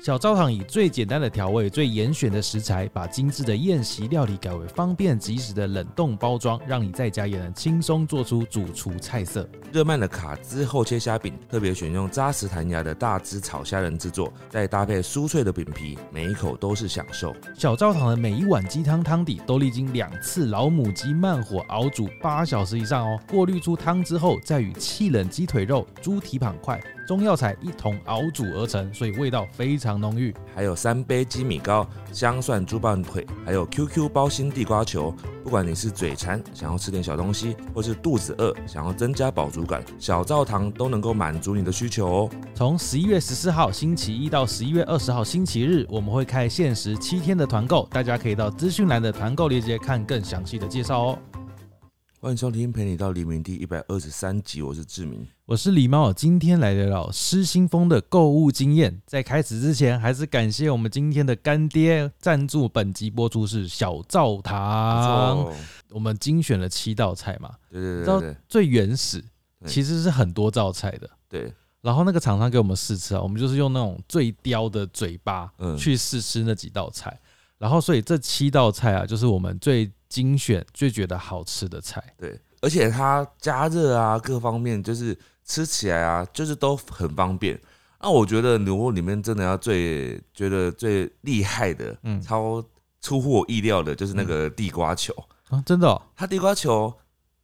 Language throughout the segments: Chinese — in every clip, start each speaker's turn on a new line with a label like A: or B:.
A: 小灶堂以最简单的调味、最严选的食材，把精致的宴席料理改为方便及时的冷冻包装，让你在家也能轻松做出主厨菜色。
B: 热卖的卡兹厚切虾饼特别选用扎实弹牙的大只炒虾仁制作，再搭配酥脆的饼皮，每一口都是享受。
A: 小灶堂的每一碗鸡汤汤底都历经两次老母鸡慢火熬煮八小时以上哦，过滤出汤之后，再与气冷鸡腿肉、猪蹄膀块、中药材一同熬煮而成，所以味道非常浓郁。
B: 还有三杯鸡米糕、香蒜猪棒腿，还有 QQ 包心地瓜球。不管你是嘴馋想要吃点小东西，或是肚子饿想要增加饱足感，小灶堂都能够满足你的需求哦。
A: 从十一月十四号星期一到十一月二十号星期日，我们会开限时七天的团购，大家可以到资讯栏的团购链接看更详细的介绍哦。
B: 欢迎收听《陪你到黎明》第一百二十三集，我是志明。
A: 我是狸猫，今天来聊聊失心疯的购物经验。在开始之前，还是感谢我们今天的干爹赞助本集播出是小灶堂。
B: 不错，哦
A: 我们精选了七道菜嘛，
B: 对对
A: 你知
B: 对
A: 道
B: 对
A: 最原始
B: 对
A: 其实是很多道菜的。
B: 对，
A: 然后那个厂商给我们试吃啊，我们就是用那种最刁的嘴巴
B: 嗯
A: 去试吃那几道菜。然后所以这七道菜啊，就是我们最精选、最觉得好吃的菜。
B: 对，而且它加热啊，各方面就是吃起来啊，就是都很方便。那我觉得如果里面真的要最觉得最厉害的，
A: 嗯
B: 超出乎我意料的，就是那个地瓜球。
A: 啊，真的、哦，
B: 它地瓜球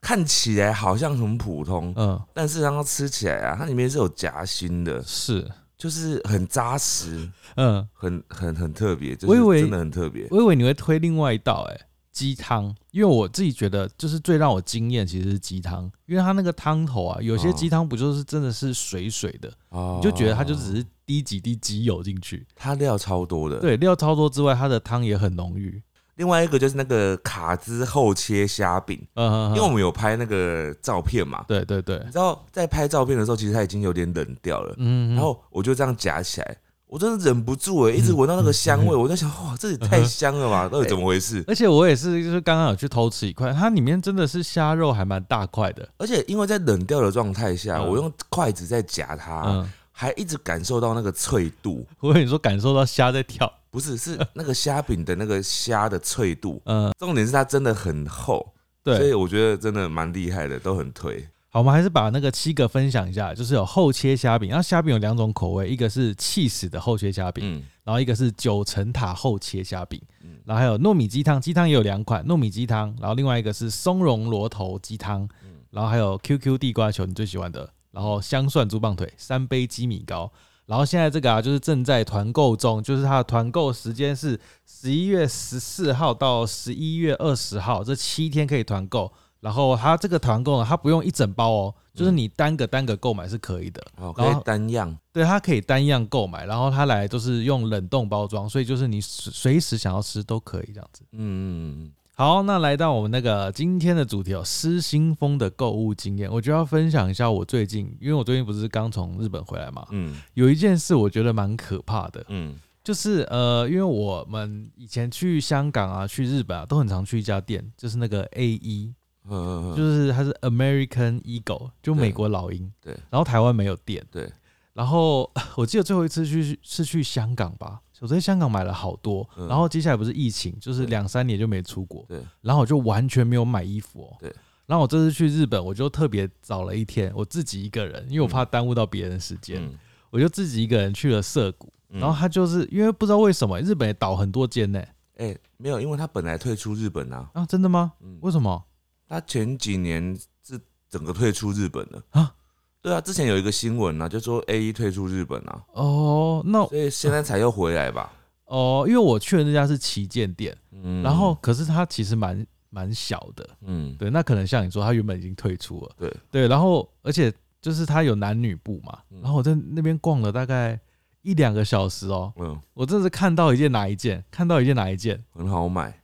B: 看起来好像很普通，
A: 嗯，
B: 但是让它吃起来啊，它里面是有夹心的，
A: 是，
B: 就是很扎实，
A: 嗯。
B: 很 很很特别，就
A: 我以为
B: 是真的很特别。
A: 我以为你会推另外一道、欸，哎，鸡汤，因为我自己觉得就是最让我惊艳其实是鸡汤，因为它那个汤头啊，有些
B: 哦
A: 鸡汤不就是真的是水水的，
B: 哦
A: 你就觉得它就只是滴几滴鸡油进去，
B: 它料超多的。，
A: 对，料超多之外，它的汤也很浓郁，
B: 另外一个就是那个卡兹厚切虾饼，
A: 嗯，
B: 因为我
A: 嗯嗯
B: 们有拍那个照片嘛，
A: 对对对
B: 你，知道在拍照片的时候，其实它已经有点冷掉了，
A: 嗯，
B: 然后我就这样夹起来，我真的忍不住哎、一直闻到那个香
A: 嗯
B: 味，我在想哇，这也太香了吧，到底怎么回事？
A: 而且我也是，就是刚刚有去偷吃一块，它里面真的是虾肉还蛮大块的，
B: 而且因为在冷掉的状态下，
A: 嗯
B: 我用筷子在夹它，
A: 嗯，
B: 还一直感受到那个脆度，
A: 我跟你说感受到虾在跳，
B: 不是是那个虾饼的那个虾的脆 度。
A: 嗯，
B: 重点是它真的很厚，所以
A: 对，
B: 我觉得真的蛮厉害的，都很推。
A: 好，我们还是把那个七个分享一下，就是有厚切虾饼，然后虾饼有两种口味，一个是气死的厚切虾饼，
B: 嗯，
A: 然后一个是九层塔厚切虾饼
B: 嗯，
A: 然后还有糯米鸡汤，鸡汤也有两款，糯米鸡汤，然后另外一个是松茸螺头鸡汤，然后还有 QQ 地瓜球，你最喜欢的，然后香蒜猪棒腿，三杯鸡米糕，然后现在这个啊就是正在团购中，就是它的团购时间是十一月十四号到十一月二十号这七天可以团购。然后它这个团购呢，它不用一整包哦，就是你单个单个购买是可以的。
B: 好，可
A: 然后
B: 以单样。
A: 对，它可以单样购买，然后它来都是用冷冻包装，所以就是你随随时想要吃都可以这样子。
B: 嗯嗯嗯，
A: 好，那来到我们那个今天的主题哦，失心疯的购物经验，我就要分享一下我最近，因为我最近不是刚从日本回来嘛，
B: 嗯
A: 有一件事我觉得蛮可怕的，
B: 嗯
A: 就是呃，因为我们以前去香港啊、去日本啊，都很常去一家店，就是那个 A 一，
B: 嗯嗯，嗯
A: 就是它是 American Eagle，就美
B: 对
A: 国老鹰，
B: 对
A: 然后台湾没有店。
B: 对，
A: 然后 我记得最后一次去是去香港吧，我在香港买了好多，
B: 嗯
A: 然后接下来不是疫情，就是
B: 对
A: 两三年就没出国，
B: 对，
A: 然后我就完全没有买衣服哦。
B: 对，
A: 然后我这次去日本，我就特别找了一天，我自己一个人，因为我怕耽误到别人时间，
B: 嗯
A: 我就自己一个人去了涩谷。
B: 嗯
A: 然后他就是因为不知道为什么日本也倒很多间呢、
B: 哎、没有，因为他本来退出日本啊，
A: 啊，真的吗？
B: 嗯，
A: 为什么？
B: 他前几年是整个退出日本的
A: 啊
B: 啊。对啊，之前有一个新闻啊，就说 A 一退出日本啊，
A: 哦，那
B: 所以现在才又回来 吧。
A: 哦，因为我去的那家是旗舰店，
B: 嗯
A: 然后可是它其实蛮蛮小的，
B: 嗯，
A: 对，那可能像你说，他原本已经退出了，
B: 对
A: 对，然后而且就是他有男女部嘛，
B: 嗯
A: 然后我在那边逛了大概一两个小时哦，
B: 嗯，
A: 我真的是看到一件哪一件，看到一件哪一件，
B: 很好买。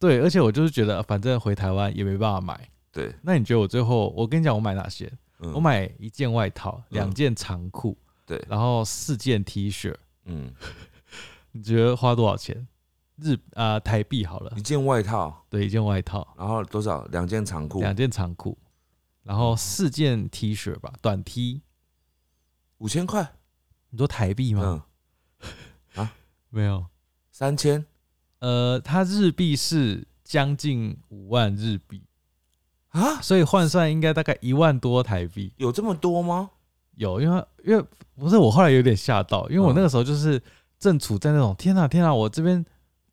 A: 对，而且我就是觉得反正回台湾也没办法买，
B: 对，
A: 那你觉得我最后我跟你讲我买哪些？
B: 嗯
A: 我，买一件外套，
B: 嗯
A: 两件长裤，
B: 对
A: 然后四件 T 恤，
B: 嗯，
A: 你觉得花多少钱？日啊、台币好了
B: 一，件外套，
A: 对，一件外套，
B: 然后多少？两嗯件长裤，
A: 两件长裤，然后四件 T 恤吧，短 T。
B: 五千块。
A: 你说台币吗？
B: 嗯，
A: 没有，
B: 三千
A: 呃，它日币是将近五万日币，
B: 啊，
A: 所以换算应该大概一万多台币。
B: 有这么多吗？
A: 有，因为因为不是我后来有点吓到，因为我
B: 嗯
A: 那个时候就是正处在那种天啊天啊，我这边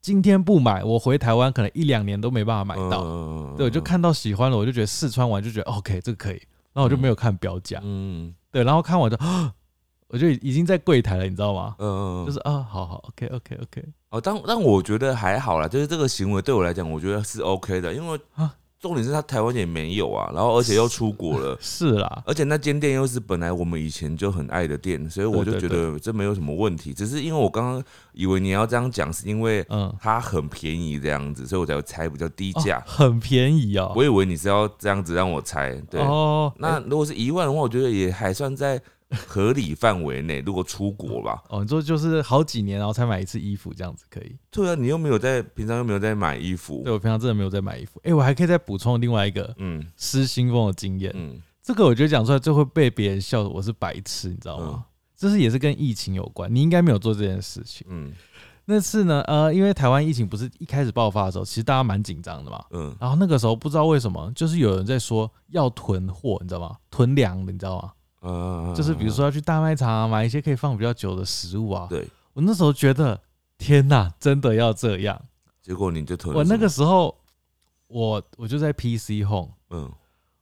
A: 今天不买，我回台湾可能一两年都没办法买到。
B: 嗯
A: 对，我就，看到喜欢了，我就觉得试穿完就觉得 OK，这个可以，然后我就没有看标价。
B: 嗯
A: 对，然后看完就， 我就已经在柜台了，你知道吗？
B: 嗯，
A: 就
B: 就是是
A: 啊，好好，OK OK OK，
B: 哦，但但我觉得还好啦，就是这个行为对我来讲，我觉得是 OK 的，因为
A: 啊
B: 重点是他台湾也没有啊，然后而且又出国 了。
A: 是啦，
B: 而且那间店又是本来我们以前就很爱的店，所以我就
A: 对
B: 觉
A: 对
B: 得这没有什么问题。只是因为我刚刚以为你要这样讲，是因为
A: 嗯，
B: 它很便宜这样子，所以我才猜比较低
A: 哦
B: 价。
A: 很便宜哦。
B: 我以为你是要这样子让我猜，对。
A: 哦，
B: 那如果是一万的话，我觉得也还算在合理范围内。如果出国 吧，
A: 哦，你说就是好几年然后才买一次衣服这样子可以？
B: 对啊，你又没有在平常又没有在买衣服
A: 对，我平常真的没有在买衣服。哎、我还可以再补充另外一个
B: 嗯
A: 失心疯的经验，
B: 嗯
A: 这个我觉得讲出来就会被别人笑我是白痴，你知道
B: 嗯
A: 吗？这是也是跟疫情有关，你应该没有做这件事情。
B: 嗯
A: 那次呢，呃，因为台湾疫情不是一开始爆发的时候，其实大家蛮紧张的嘛。
B: 嗯，
A: 然后那个时候不知道为什么，就是有人在说要囤货，你知道吗？囤粮的，你知道吗？
B: 呃
A: 就是比如说要去大卖场、啊、买一些可以放比较久的食物啊。
B: 对，
A: 我那时候觉得，天哪，真的要这样？
B: 结果你就囤了
A: 我那个
B: 什
A: 时候，我我就在 PC Home，
B: 么嗯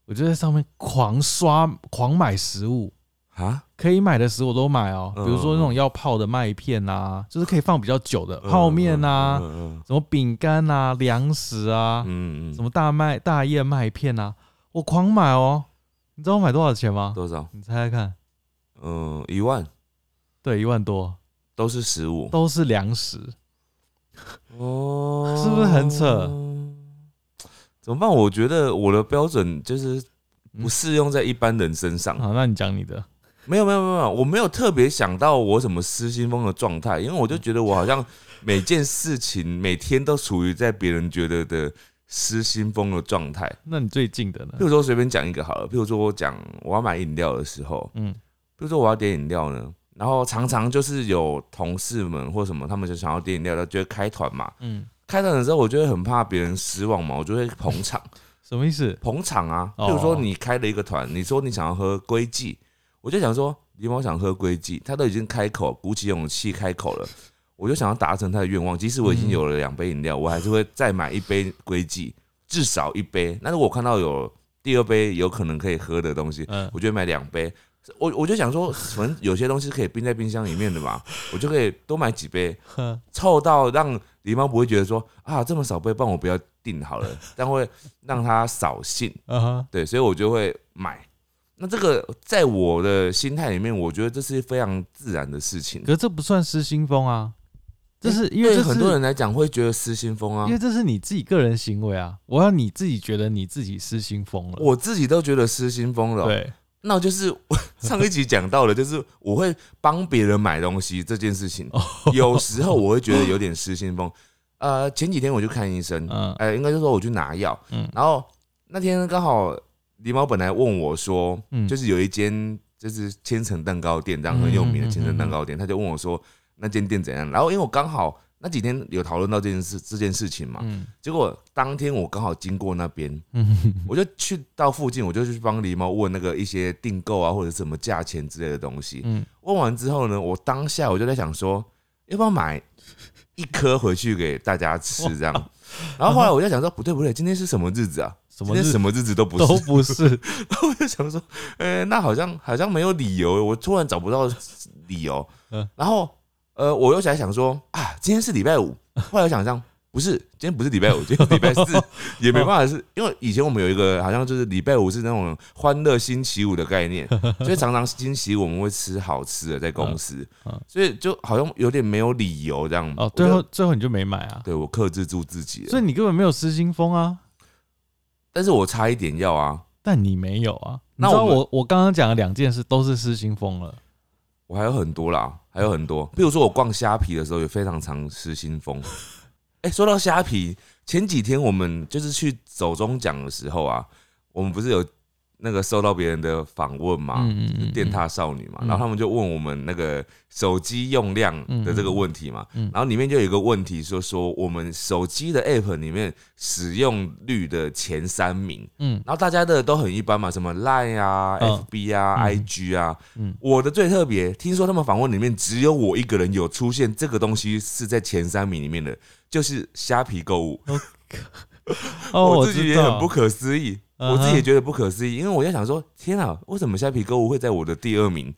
A: 我就在上面狂刷、狂买食物，
B: 啊
A: 可以买的食物我都买哦，比
B: 嗯
A: 如说那种要泡的麦片啊，就是可以放比较久的泡面啊，
B: 嗯
A: 什么饼干啊、粮食啊，
B: 嗯嗯
A: 什么大麦、大叶麦片啊，我狂买哦。你知道我买多少钱吗？
B: 多少？
A: 你猜猜看，
B: 嗯，一万
A: 对，一万多，
B: 都是十五
A: 都是粮食。
B: 哦
A: 是不是很扯？
B: 怎么办？我觉得我的标准就是不
A: 嗯
B: 适用在一般人身上。
A: 好，那你讲你的，
B: 没有没有没有没有，我没有特别想到我什么失心疯的状态，因为我就觉得我好像每件事情每天都处于在别人觉得的失心疯的状态。
A: 那你最近的呢
B: 譬？如说随便讲一个好了，譬如说我讲我要买饮料的时候，
A: 嗯，
B: 譬如说我要点饮料呢，然后常常就是有同事们或什么，他们就想要点饮料，就会开团嘛。
A: 嗯，
B: 开团的时候，我就会很怕别人失望嘛，我就会捧场。
A: 什么意思？
B: 捧场啊。
A: 哦
B: 譬如说你开了一个团，你说你想要喝龟记，我就想说狸猫想喝龟记，他都已经开口，鼓起勇气开口了，我就想要达成他的愿望。即使
A: 嗯
B: 我已经有了两杯饮料，我还是会再买一杯龟记，至少一杯。那如果我看到有第二杯有可能可以喝的东西，
A: 嗯，
B: 我就会买两杯。我我就想说，反正有些东西可以冰在冰箱里面 的嘛，我就可以多买几杯。
A: 呵
B: 凑到让狸猫不会觉得说啊这么少杯，帮我不要 订好了，但会让他扫兴。
A: 啊哈，
B: 对，所以我就会买。那这个在我的心态里面，我觉得这是非常自然的事情
A: 可。是这不算失心疯啊，这是因为
B: 对
A: 这是
B: 很多人来讲会觉得失心疯啊
A: 因为，这是你自己个人行为啊，我要你自己觉得你自己失心疯了。
B: 我自己都觉得失心疯了。
A: 对，
B: 那我就是 上一集讲到了，就是我会帮别人买东西这件 事情，
A: 哦
B: 有时候我会觉得有点失心疯。呃，前几天我去看医生，
A: 嗯
B: 呃，应该就说我去拿药，
A: 嗯
B: 然后那天刚好狸猫本来问我说，
A: 嗯
B: 就是有一间就是千层蛋糕店，这样很有名的千层蛋糕
A: 嗯
B: 店，他就问我说那间店怎样，然后因为我刚好那几天有讨论到这件事这件事情嘛，
A: 嗯
B: 结果当天我刚好经过那边，
A: 嗯
B: 我就去到附近，我就去帮狸猫问那个一些订购啊或者什么价钱之类的东西，
A: 嗯，
B: 问完之后呢，我当下我就在想说，要不要买一颗回去给大家吃这样。然后后来我就想说，不对不对，今天是什么日子啊？
A: 什
B: 今
A: 么
B: 天
A: 日
B: 什么日子都不
A: 都
B: 是。
A: 不是，
B: 然后我就 想说，呃，那好像好像没有理由，我突然找不到理由
A: 嗯。
B: 然后呃，我又在想说，啊，今天是礼拜 五。后来我想想，不是，今天不是礼拜五，今天是礼拜四， 也没办法是，因为以前我们有一个好像就是礼拜五是那种欢乐星期五的概 念，所以常常星期五我们会吃好吃的在公司
A: 嗯嗯，
B: 所以就好像有点没有理由这样。
A: 哦，
B: 我
A: 最
B: 就
A: 后最后你就没买啊，
B: 对我克制住自己了，
A: 所以你根本没有失心疯啊，
B: 但是我差一点要啊，
A: 但你没有啊。你
B: 那
A: 知道
B: 我们
A: 我我刚刚讲的两件事都是失心疯了，
B: 我还有很多啦，还有很多。比如说我逛虾皮的时候，也非常常失心疯。 哎、说到虾皮，前几天我们就是去走中奖的时候啊，我们不是有那个受到别人的访问嘛，
A: 嗯嗯嗯
B: 电踏少女嘛，
A: 嗯
B: 然后他们就问我们那个手机用量的这个问题嘛，
A: 嗯嗯嗯
B: 然后里面就有一个问题说说我们手机的 app 里面使用率的前三名，
A: 嗯
B: 然后大家的都很一般嘛，什么 Line 啊、
A: 嗯
B: FB 啊、
A: 嗯
B: IG 啊，
A: 嗯
B: 我的最特别，听说他们访问里面只有我一个人有出现这个东西是在前三名里面的，就是虾皮购物，
A: 哦，
B: 我自己
A: 知
B: 也很
A: 道
B: 不，可思议。
A: 嗯
B: 我自己也
A: 哼
B: 觉得不可思议，因为我在想说，天啊，为什么虾皮购物会在我的第二名，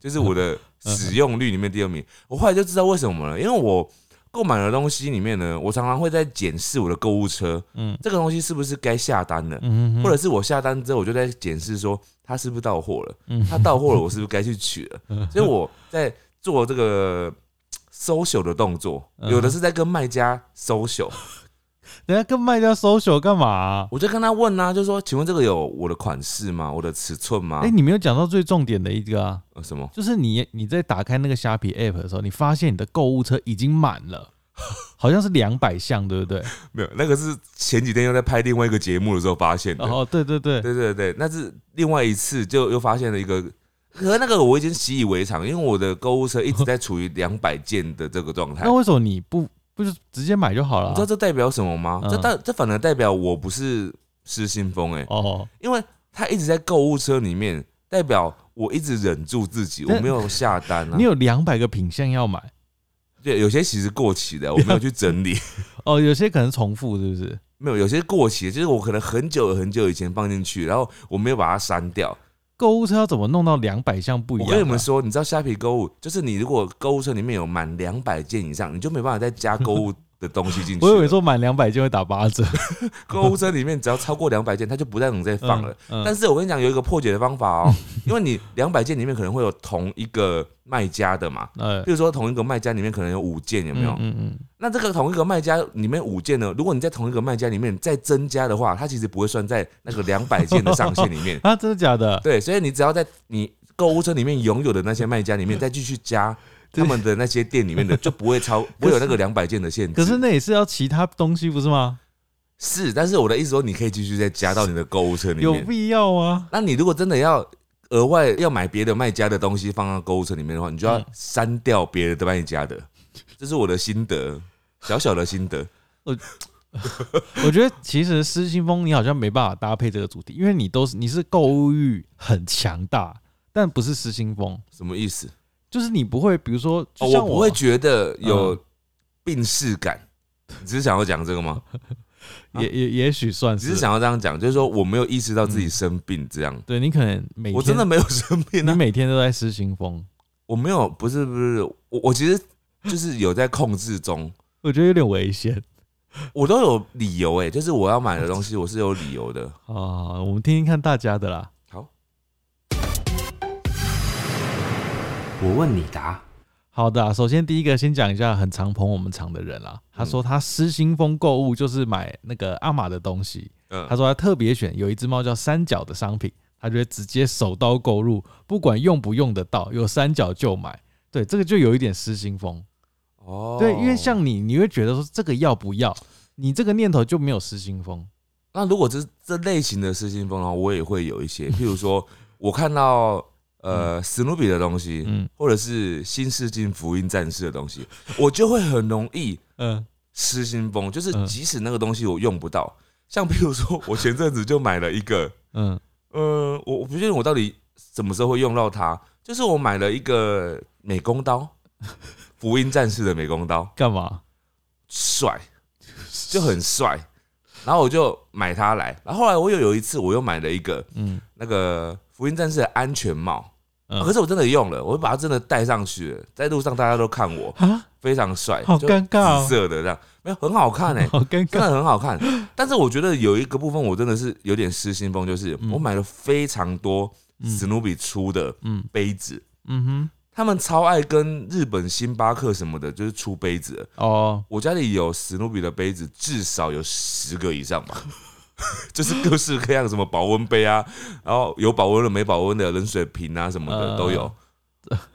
B: 就是我的使用率里面第二
A: 嗯
B: 名？我后来就知道为什么了，因为我购买的东西里面呢，我常常会在检视我的购物车，
A: 嗯
B: 这个东西是不是该下单了，
A: 嗯哼，
B: 或者是我下单之后，我就在检视说它是不是到货了，
A: 嗯
B: 它到货了，我是不是该去取 了？所以我在做这个。social 的动作，
A: 嗯
B: 有的是在跟卖家 social，
A: 人家跟卖家 social 干嘛啊？
B: 我就跟他问啊，就说，请问这个有我的款式吗？我的尺寸吗？
A: 哎，你没有讲到最重点的一个啊，
B: 呃，什么？
A: 就是你你在打开那个虾皮 app 的时候，你发现你的购物车已经满 了，好像是两百项，对不对？
B: 没有，那个是前几天又在拍另外一个节目的时候发现的。
A: 哦，对对对，
B: 对对对，那是另外一次就又发现了一个，可是那个我已经习以为常，因为我的购物车一直在处于两百件的这个状态
A: 那。为什么你不不就直接买就好了
B: 你
A: 啊
B: 知？道这代表什么吗？
A: 嗯
B: 这代这反而代表我不是失心疯哎、
A: 哦，
B: 因为他一直在购物车里面，代表我一直忍住自己，
A: 但
B: 我没有下单啊
A: 你。有两百个品相要买
B: 对，有些其实过期 的，我没有去整理。
A: 哦，有些可能重复，是不是？
B: 没有，有些过期，就是我可能很久很久以前放进去，然后我没有把它删掉。
A: 购物车要怎么弄到两百项不一
B: 我
A: 样、啊
B: 跟你们，说，你知道虾皮购物，就是你如果购物车里面有满两百件以上，你就没办法再加购物的东西进去
A: 我
B: 了。
A: 以为说满两百就会打八折，
B: 购物车里面只要超过两百件，它就不让你再 放了。
A: 嗯。嗯
B: 但是我跟你讲，有一个破解的方法 哦，因为你两百件里面可能会有同一个卖家的嘛，
A: 呃
B: 比，如说同一个卖家里面可能有五件，有没有？
A: 嗯嗯
B: 那这个同一个卖家里面五件呢，如果你在同一个卖家里面再增加的话，它其实不会算在那 个两百件的上限里面
A: 嗯。啊，真的假的？
B: 对，所以你只要在你购物车里面拥有的那些卖家里面再继续 加他们的那些店里面的，就不会超不会有那个两百件的限制。
A: 可是那也是要其他东西不是吗？
B: 是，但是我的意思说，你可以继续再加到你的购物车里
A: 有
B: 面。
A: 必要吗？
B: 那你如果真的要额外要买别的卖家的东西放到购物车里面的话，你就要
A: 嗯
B: 删掉别的卖家的。这是我的心得，小小的心得。
A: 我觉得其实失心疯你好像没办法搭配这个主题，因为你都是你是购物欲很强大，但不是失心疯，
B: 什么意思？
A: 就是你不会，比如说，
B: 哦，
A: 就
B: 我
A: 像嗯
B: 不会觉得有病逝感。你只是想要讲这 个吗？
A: 也也也许算
B: 只
A: 是
B: 啊是，想要这样讲，就是说我没有意识到自己生病这样。
A: 对你可能嗯每天嗯
B: 我真的没有生病
A: 你
B: 啊，
A: 每天都在失心疯，
B: 我没有，不是不是，我我其实就是有在控制中，
A: 我觉得有点危险
B: 我都有理由哎、就是我要买的东西我是有理由的。
A: 啊。我们听听看大家的啦。
B: 好，
C: 我问你答。
A: 好的啊、首先第一个先讲一下很常捧我们厂的人啦，他说他失心疯购物就是买那个阿玛的东西，
B: 嗯
A: 他，说他特别选有一只猫叫三角的商品，他就会直接手刀购入，不管用不用得到，有三角就买。对，这个就有一点失心疯。
B: 哦
A: 对，因为像你，你会觉得说这个要不要，你这个念头就没有失心疯。
B: 那如果这这类型的失心疯的话，我也会有一些，譬 如说我看到呃史努比的东西，
A: 嗯
B: 或者是新世纪福音战士的东西， 我就会很容易
A: 嗯
B: 失心疯，就是
A: 嗯
B: 即使那个东西我用不到，像譬如 说我前阵子就买了一个。
A: 嗯
B: 呃，我我不确定我到底什么时候会用到它。就是我买了一个美 工刀，福音战士的美工刀，
A: 干嘛？
B: 帅，就很帅。然后我就买它来。然后后来我又有一次，我又买了一个
A: 嗯
B: 那个福音战士的安全帽，啊
A: 嗯
B: 可是我真的用了，我就把它真的戴上去了，在路上大家都看我，
A: 啊，
B: 非常帅，
A: 好
B: 哎就
A: 尴尬哦
B: 紫色的这样，没有很好看 哎、
A: 好尴
B: 真
A: 尬。
B: 的很好看。但是我觉得有一个部分我真的是有点失心疯，就是
A: 嗯
B: 我买了非常多
A: 嗯
B: 史努比出的
A: 嗯
B: 杯子，
A: 嗯
B: 他们超爱跟日本星巴克什么的，就是出杯子的。
A: 哼，哦，
B: 我家里有史努比的杯子，至少有十个以上吧。 就是各式各样，什么保温杯啊，然后有保温的、没保温的，冷水瓶啊什么的
A: 呃
B: 都有。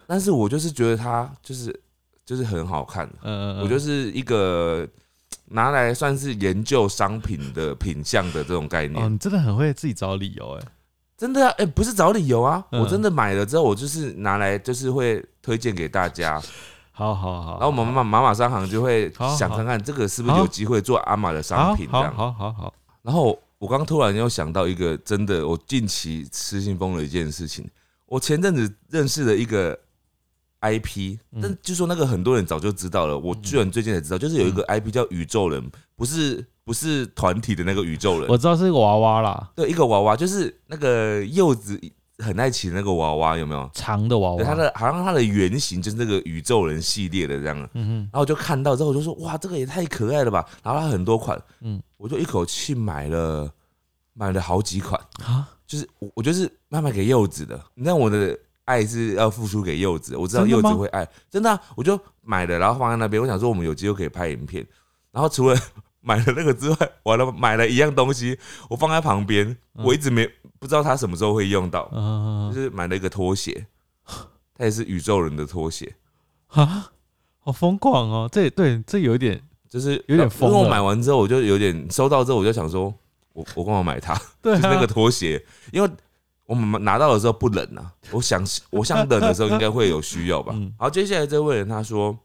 B: 但是我就是觉得它就是就是很好看，
A: 呃，
B: 我就是一个拿来算是研究商品的品相的这种概
A: 哦，
B: 念。
A: 你真的很会自己找理由哎。
B: 真的啊，哎、不是找理由啊，
A: 嗯
B: 我真的买了之后，我就是拿来就是会推荐给大家，
A: 好好好，
B: 然后我们妈妈妈妈商行就会
A: 好
B: 想看看这个是不是有机会做阿玛的商
A: 好
B: 品这
A: 好
B: 样。
A: 好好好，
B: 然后我刚突然又想到一个真的，我近期失心疯了一件事情，我前阵子认识了一个 IP，
A: 嗯
B: 但据说那个很多人早就知道了，我居然最近才知道，就是有一个
A: 嗯
B: IP 叫宇宙人，不是不是团体的那个宇宙人
A: 我，知道是个娃娃啦，
B: 对，一个娃娃，就是那个柚子很爱骑的那个娃娃，有没有？
A: 长的娃
B: 对，它
A: 娃，
B: 的好像它的原型就是那个宇宙人系列的这样。
A: 嗯
B: 然后我就看到之后，我就说哇，这个也太可爱了吧！然后它很多款，
A: 嗯
B: 嗯，我就一口气买了买了好几款，
A: 哼，啊，
B: 就是我我就是慢慢给柚子的，你知道我的爱是要付出给柚子，我知道
A: 真的
B: 柚子
A: 吗
B: 会爱，真的啊、我就买了，然后放在那边，我想说我们有机会可以拍影片，然后除了 买了那个之外，我还买了一样东西，我放在旁边，
A: 嗯
B: 我一直没不知道它什么时候会用到，就
A: 嗯，
B: 是买了一个拖鞋，它也是宇宙人的拖鞋。
A: 啊，好疯狂哦，这也对，这有一点，
B: 就是
A: 有点疯
B: 因
A: 了
B: 为我买完之后，我就有点收到之后，我就想说，我我干嘛买它？
A: 对
B: 就是那
A: 啊
B: 个，拖鞋，因为我们拿到的时候不冷啊，我想我想冷的时候应该会有需要吧。
A: 嗯
B: 好，接下来这位人他说，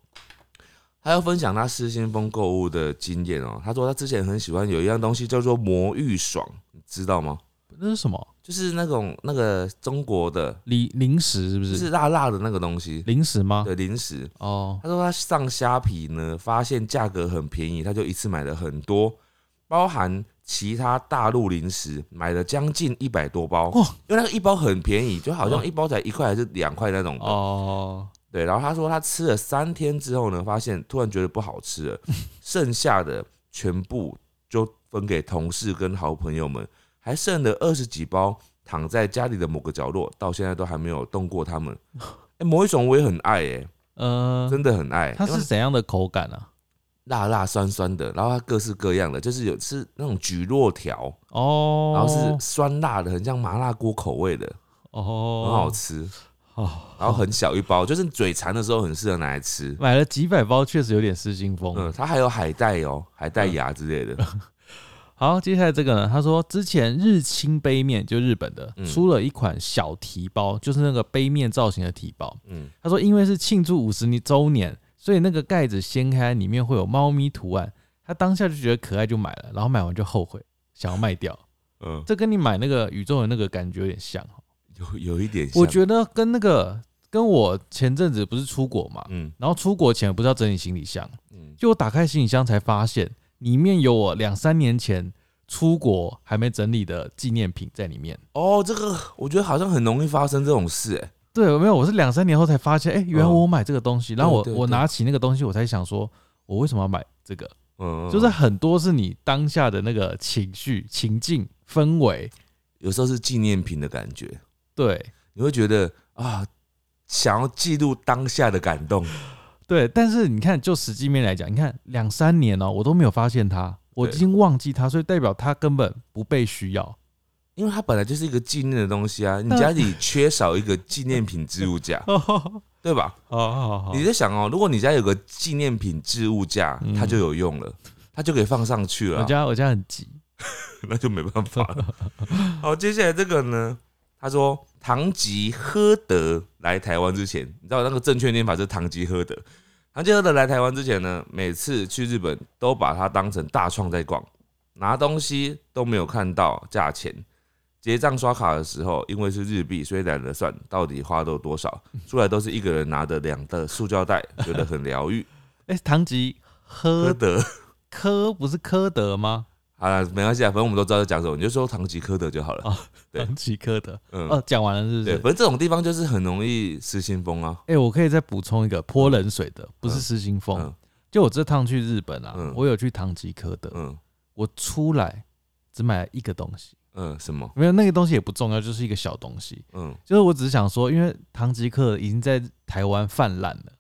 B: 他要分享他失心疯购物的经验哦。他说他之前很喜欢有一样东西叫做魔芋爽，你知道吗？
A: 那是什么
B: 就是那种那个中国的，
A: 零零食是不啊
B: 就是
A: 是？
B: 辣辣的那个东西，
A: 零食吗？
B: 对零食。
A: 哦，
B: 他说他上虾皮呢，发现价格很便宜，他就一次买了很多，包含其他大陆零食，买了将近一百多包。
A: 哇
B: 因为那个一包很便宜，就好
A: 哇
B: 像一包才一块还是两块那种的。
A: 哦，
B: 对，然后他说他吃了三天之后呢，发现突然觉得不好吃 了，剩下的全部就分给同事跟好朋友们，还剩了二十几包，躺在家里的某个角落，到现在都还没有动过它 们。哎、魔芋爽我也很爱、欸，
A: 呃，
B: 真的很爱。
A: 它
B: 因为
A: 是怎样的口感啊？
B: 辣辣酸酸的，然后它各式各样的，就是有吃那种蒟蒻条，
A: 哦，
B: 然后是酸辣的，很像麻辣锅口味的，
A: 哦，
B: 很好吃。
A: 哦，
B: 然后很小一包，就是嘴馋的时候很适合拿来吃。
A: 买了几百包，确实有点失心疯。
B: 嗯，它还有海带哦，海带
A: 嗯
B: 芽之类的。
A: 好，接下来这个呢？他说之前日清杯面就日本的
B: 嗯
A: 出了一款小提包，就是那个杯面造型的提包。
B: 嗯，
A: 他说因为是庆祝五十周年，所以那个盖子掀开里面会有猫咪图案。他当下就觉得可爱就买了，然后买完就后悔，想要卖 掉。
B: 嗯，
A: 这跟你买那个宇宙的那个感觉有点像哦。
B: 有有一点像，
A: 我觉得跟那个跟我前阵子不是出国嘛，
B: 嗯
A: 然后出国前不是要整理行李箱，
B: 嗯，
A: 就我打开行李箱才发现，里面有我两三年前出国还没整理的纪念品在里面。
B: 哦，这个我觉得好像很容易发生这种事、哎，
A: 对，没有，我是两三年后才发现，哎、原来我买这个东西，然后我
B: 嗯对对
A: 我
B: 对
A: 拿起那个东西，我才想说，我为什么要买这个？
B: 嗯，嗯
A: 就是很多是你当下的那个情绪、情境、氛围，
B: 有时候是纪念品的感觉，
A: 对
B: 你会觉得啊，想要记录当下的感动。
A: 对。但是你看，就实际面来讲，你看两三年哦、我都没有发现它，我已
B: 对
A: 经忘记它，所以代表它根本不被需 要。，
B: 因为它本来就是一个纪念的东西啊，你家里缺少一个纪念品置物架
A: 哦，好
B: 对吧？
A: 好好，
B: 你在想哦，如果你家有个纪念品置物架
A: 嗯，
B: 它就有用了，它就可以放上去了
A: 我
B: 啊，
A: 家我家很急，
B: 那就没办法了。 好，接下来这个呢，他说堂吉诃德来台湾之前，你知道那个正确念法是堂吉诃德。堂吉诃德来台湾之前呢，每次去日本都把它当成大创在逛，拿东西都没有看到价钱。结账刷卡的时候，因为是日币，所以懒得算到底花了多少，出来都是一个人拿着两的塑胶袋，觉得很疗愈。
A: 哎、唐吉
B: 诃
A: 诃
B: 德，
A: 科不是科德吗？
B: 好了，没关系啊，反正我们都知道在讲什么，你就说堂吉诃德就好了。对
A: 唐吉诃德。
B: 嗯，
A: 哦，讲完了是不
B: 对，
A: 是
B: 反？正这种地方就是很容易失心疯啊。
A: 哎、我可以再补充一个泼冷水的，不是失心疯。
B: 嗯
A: 就我这趟去日本啊，
B: 嗯
A: 我有去唐吉诃德，
B: 嗯
A: 我出来只买了一个东西，
B: 嗯，什么？
A: 没有那个东西也不重要，就是一个小东西。
B: 嗯，
A: 就是我只是想说，因为唐吉诃德已经在台湾泛滥了，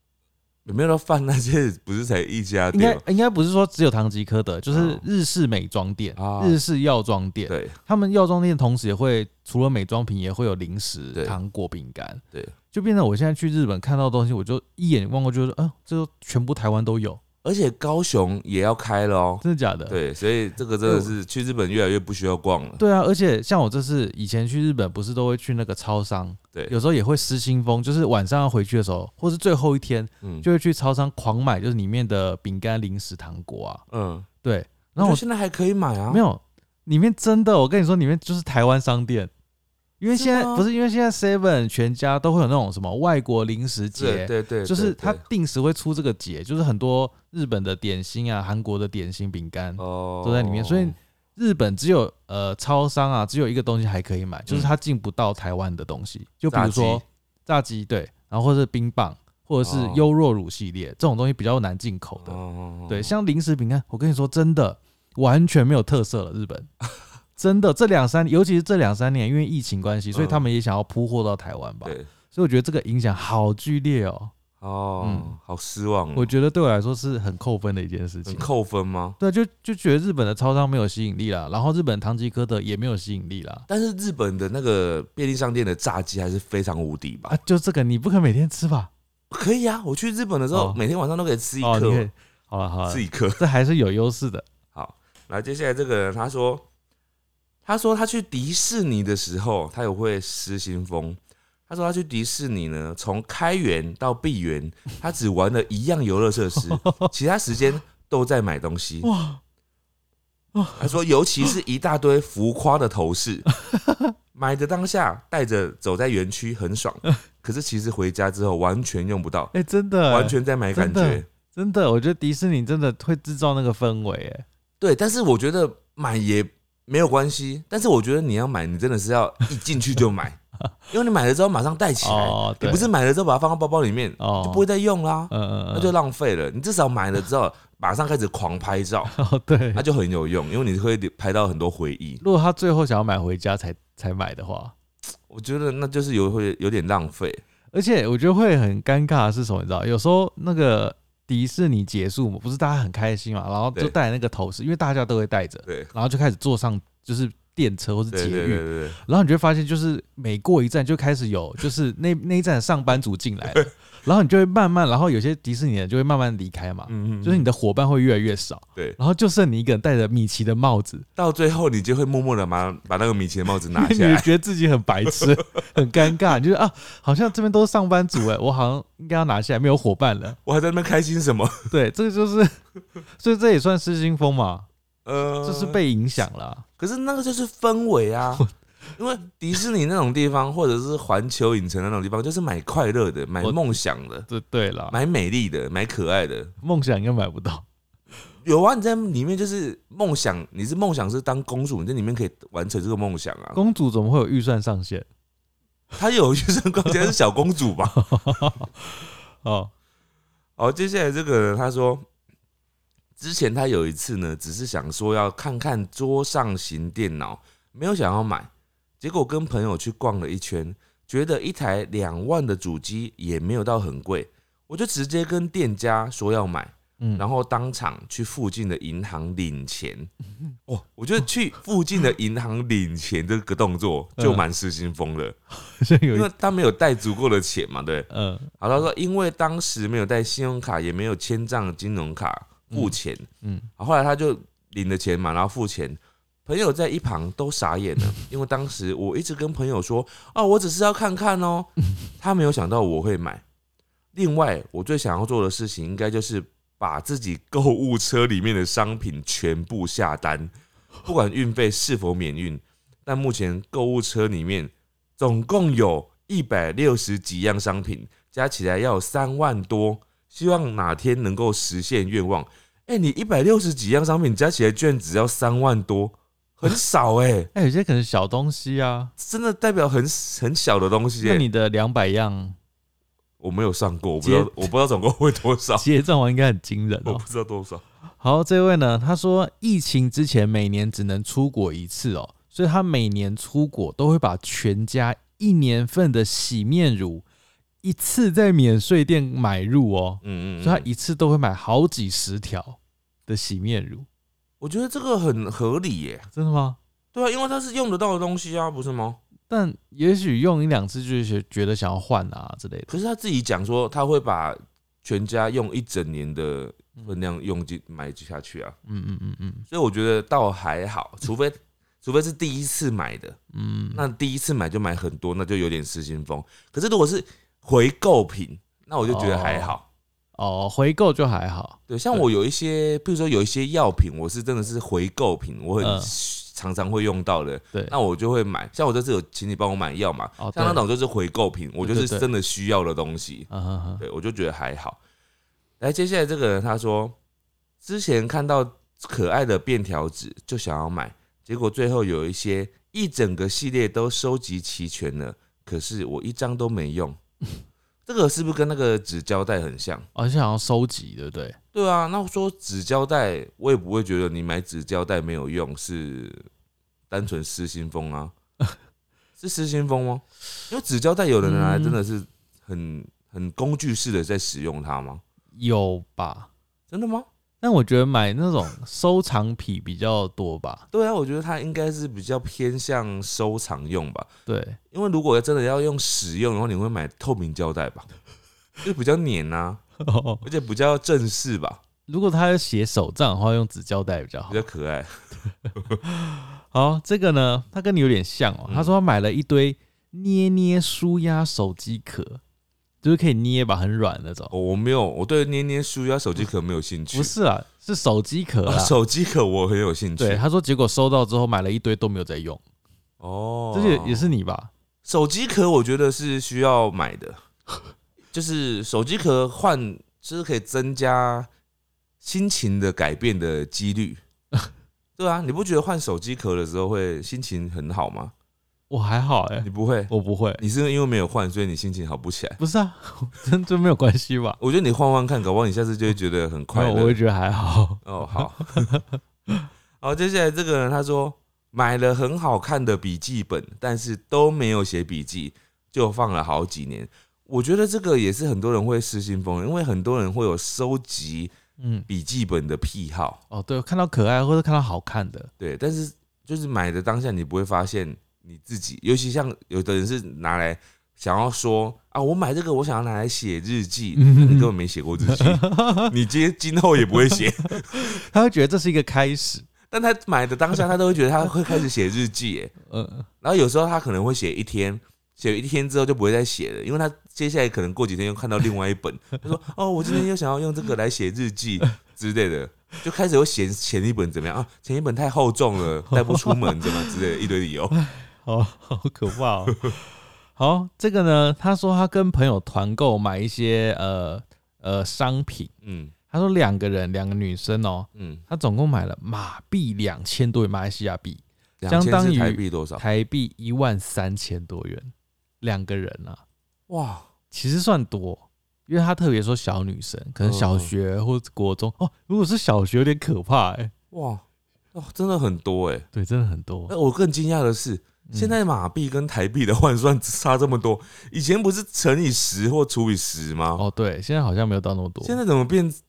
B: 有没有到饭那些不是才一家
A: 应该
B: 店吗？
A: 应该不是说只有唐吉诃德，就是
B: 哦
A: 日式美妆店、
B: 啊
A: 日式药妆店，
B: 对，
A: 他们药妆店同时也会除了美妆品，也会有零食、
B: 对
A: 糖果、饼干。
B: 对，
A: 呃就变成我现在去日本看到的东西，我就一眼望过去，就是，嗯、这就全部台湾都有。
B: 而且高雄也要开了哦。
A: 真的假的？
B: 对，所以这个真的是去日本越来越不需要逛了。
A: 对啊，而且像我这次以前去日本，不是都会去那个超商，
B: 对，
A: 有时候也会失心疯，就是晚上要回去的时候，或是最后一天，
B: 嗯
A: 就会去超商狂买，就是里面的饼干、零食、糖果啊。
B: 嗯，
A: 对，然
B: 然
A: 后
B: 后
A: 我
B: 现在还可以买啊，
A: 没有，里面真的，我跟你说，里面就是台湾商店，因为
B: 是
A: 现在
B: 吗
A: 不是因为现在 Seven 全家都会有那种什么外国零食
B: 对
A: 节，
B: 对对，
A: 就是
B: 对
A: 它
B: 对
A: 定时会出这个节，就是很多日本的点心啊、韩国的点心、饼干。
B: 哦
A: 嗯都在里面所以日本只有呃超商啊，只有一个东西还可以买，就是它进不到台湾的东西，就比如
B: 嗯炸
A: 说
B: 鸡
A: 炸鸡，对，然后或者是冰棒，或者是
B: 哦
A: 优酪乳系列这种东西比较难进口的。
B: 哦
A: 对，像零食饼干，我跟你说，真的完全没有特色了。日本 真的这两三，尤其是这两三年，因为疫情关系，所以
B: 嗯
A: 他们也想要铺货到台湾吧。
B: 对
A: 所以我觉得这个影响好剧烈哦，
B: 哦
A: 嗯，
B: 好失望哦，
A: 我觉得对我来说是很扣分的一件事
B: 很
A: 情。
B: 扣分吗？
A: 对，就就觉得日本的超商没有吸引力啦，然后日本唐吉诃德也没有吸引力啦。
B: 但是日本的那个便利商店的炸鸡还是非常无敌吧
A: 啊？，就这个你不可能每天吃吧？
B: 可以啊，我去日本的时候，
A: 哦
B: 每天晚上都可以吃一
A: 哦，你可以哦
B: 颗，，
A: 好了好了
B: 吃，一颗。
A: 这还是有优势的。
B: 好，然后接下来这个人他说，他说他去迪士尼的时候，他也会失心疯。他说他去迪士尼呢，从开园到闭园， 他只玩了一样游乐设施，其他时间都在买东西。
A: 哇，
B: 他说，尤其是一大堆浮夸的头 饰，买的当下带着走在园区很 爽，可是其实回家之后完全用不到，
A: 哎、真的欸，
B: 完全在买感
A: 真的
B: 觉。
A: 真的，我觉得迪士尼真的会制造那个氛围，哎，
B: 对，但是我觉得买也没有关系，但是我觉得你要买，你真的是要一进去 就买，因为你买了之后马上带起来，
A: 哦，
B: 你
A: 对，
B: 不是买了之后把它放到包包里面
A: 哦，
B: 就不会，再用啦，
A: 嗯嗯，嗯
B: 那就浪费了。你至少买了之后马上开始狂拍照，
A: 哦对
B: 那。就很有用，因为你会拍到很多回忆。
A: 如果他最后想要买回家才才买的话，
B: 我觉得那就是有会有点浪费，
A: 而且我觉得会很尴尬的是什么？你知道，有时候那个迪士尼结束嘛，不是大家很开心嘛，然后就
B: 对
A: 戴那个头饰，因为大家都会戴着，
B: 对
A: 然后就开始坐上就是电车或是捷
B: 对
A: 运，
B: 对对对
A: 然后你就会发现，就是每过一站就开始有，就是那那一站的上班族进来了，然后你就会慢慢，然后有些迪士尼人就会慢慢离开嘛，
B: 嗯嗯，
A: 就是你的伙伴会越来越少，
B: 对，
A: 然后就剩你一个人戴着米奇的帽子，
B: 到最后你就会默默的把把那个米奇的帽 子拿
A: 你
B: 下
A: 就
B: 来，
A: 觉得自己很白 痴，很尴尬，你就是啊，好像这边都是上班族哎，我好像应该要拿下来，没有伙伴了，
B: 我还在那边开心什么？
A: 对，这个就是，所以这也算失心疯嘛，
B: 呃，
A: 就是被影响了，
B: 可是那个就是氛围 啊，因为迪士尼那种地方，或者是环球影城那种地方，就是买快乐的、买
A: 我啊
B: 梦想的、
A: 对对了，
B: 买美丽的、买可爱的。
A: 梦想应该买不到，
B: 有啊，你在里面就是梦想，你是梦想是当公主，你在里面可以完成这个梦想啊。
A: 公主怎么会有预算上限？
B: 她有就是光洁是小公主吧？
A: 哦，
B: 好，接下来这个人他说，之前他有一次呢，只是想说要看看桌上型电脑，没有想要买，结果跟朋友去逛了一圈，觉得一台两万的主机也没有到很贵，我就直接跟店家说要买，
A: 嗯，
B: 然后当场去附近的银行领 钱。哦，我觉得去附近的银行领钱这个动作就蛮失心疯了，
A: 好像嗯有
B: 因
A: 一
B: 为他没有带足够的钱嘛，对。
A: 嗯。
B: 好，他说因为当时没有带信用卡，也没有签账金融卡付钱，
A: 嗯，
B: 好后来他就领了钱嘛，然后付钱。朋友在一旁都傻眼 了，因为当时我一直跟朋友说，哦，我只是要看看 哦，他没有想到我会买。另外，我最想要做的事情应该就是把自己购物车里面的商品全部 下单，不管运费是否免运。但目前购物车里面总共有一百六十几样商品，加起来要有三万多。希望哪天能够实现愿望。哎、你一百六十几样商品加起来居然只要三万多，很少哎、
A: 哎、有些可能小东西啊，
B: 真的代表很很小的东西、
A: 那
B: 欸。
A: 你的两百样
B: 我没有算过，我不知道
A: 结
B: 我不知道总共会多少，
A: 结账完应该很惊人
B: 我
A: 哦
B: 不。知道多少。
A: 好，这位呢，他说疫情之前每年只能出国一次哦，所以他每年出国都会把全家一年份的洗面乳一次在免税店买入哦，
B: 嗯嗯，
A: 所以他
B: 嗯
A: 一次都会买好几十条的洗面乳，
B: 我觉得这个很合理耶、
A: 真的吗？
B: 对啊，因为它是用得到的东西啊，不是吗？
A: 但也许用一两次就是觉得想要换啊之类的，
B: 可是他自己讲说，他会把全家用一整年的分量用进买下去啊。
A: 嗯嗯嗯嗯
B: 所以我觉得倒还好，除非除非是第一次买的，
A: 嗯，
B: 那第一次买就买很多，那就有点失心疯。可是如果是回购品，那我就觉得还好。
A: 哦，回购就还好，
B: 对，像
A: 对
B: 我有一些，比如说有一些药品，我是真的是回购品，我很
A: 嗯
B: 常常会用到的，
A: 对，
B: 那我就会买。像我这次有请你帮我买药嘛，
A: 哦对
B: 像那种就是回购品，我就
A: 对
B: 是
A: 对对
B: 真的需要的东西。
A: 嗯哼哼，
B: 对，我就觉得还好。来，接下来这个人他说，之前看到可爱的便条纸就想要买，结果最后有一些一整个系列都收集齐全了，可是我一张都没用。 这个是不是跟那个纸胶带很像？
A: 而且好像收集，对不对？
B: 对啊，那我说纸胶带，我也不会觉得你买纸胶带没有用，是单纯失心疯啊？是失心疯吗？因为纸胶带有的人拿来真的是很很工具式的在使用它吗？
A: 有吧？
B: 真的吗？
A: 但我觉得买那种收藏品比较多吧。
B: 对啊，我觉得它应该是比较偏向收藏用吧，
A: 对，
B: 因为如果真的要用使用的话，你会买透明胶带吧， 就比较黏啊，而且比较正式吧，
A: 如果他要写手账的话，用纸胶带比较好
B: 比。较可爱。
A: 好，这个呢，他跟你有点像哦。
B: 嗯
A: 他说他买了一堆捏捏舒压手机壳，就是可以捏吧，很软那种。
B: 哦，我没有，我对捏捏书腰手机壳没有兴趣
A: 不。是啊，是手机壳
B: 哦
A: 啦。
B: 手机壳我很有兴趣。
A: 对，他说结果收到之后买了一堆都没有在用，
B: 哦，
A: 这也也是你吧？
B: 手机壳，我觉得是需要买的， 就是手机壳换，就是可以增加心情的改变的 几率。对啊，你不觉得换手机壳的时候会心情很好吗？
A: 我还好哎、
B: 你不会，
A: 我不会。
B: 你是因为没有换，所以你心情好不起来。
A: 不是啊， 真真没有关系吧？
B: 我觉得你换换看，搞不好你下次就会觉得很
A: 没
B: 快
A: 有，
B: 乐。
A: 我会觉得还好。
B: 哦，好。 好，接下来这个人他说买了很好看的笔记本，但是都没有写笔记，就放了好几年。我觉得这个也是很多人会失心疯，因为很多人会有收集
A: 嗯，
B: 笔记本的癖好，
A: 哦，对，看到可爱或者看到好看的，
B: 对，但是就是买的当下你不会发现你自己，尤其像有的人是拿来想要说啊，我买这个我想要拿来写日记，
A: 嗯
B: 那你根本没写过日记，你今今后也不会写，
A: 他会觉得这是一个开始。
B: 但他买的当下，他都会觉得他会开始写日记，耶。
A: 嗯，
B: 然后有时候他可能会写一天，写一天之后就不会再写了，因为他接下来可能过几天又看到另外一本， 他说：“哦，我今天又想要用这个来写日记之类的。” 就开始又嫌前一本怎么样啊？前一本太厚重了，带不出门，怎么之类的一堆理由。
A: 好好可怕 哦。好，这个呢，他说他跟朋友团购买一些呃呃商品，
B: 嗯
A: 他说两个人两个女生哦，
B: 嗯，
A: 他总共买了马币两千多元马来西亚币，
B: 两
A: 相当
B: 千
A: 于
B: 是台币多少？
A: 台币一万三千多元，两个人啊，
B: 哇，
A: 其实算多，因为他特别说小女生，可能小学或者国中哦，如果是小学有点可怕哎、
B: 哇哦，真的很多哎、
A: 对，真的很多。
B: 那我更惊讶的是，
A: 嗯
B: 现在马币跟台币的换算差这么多，以前不是乘以十或除以十吗？
A: 哦对，现在好像没有到那么多，哎
B: 现在怎么变
A: 所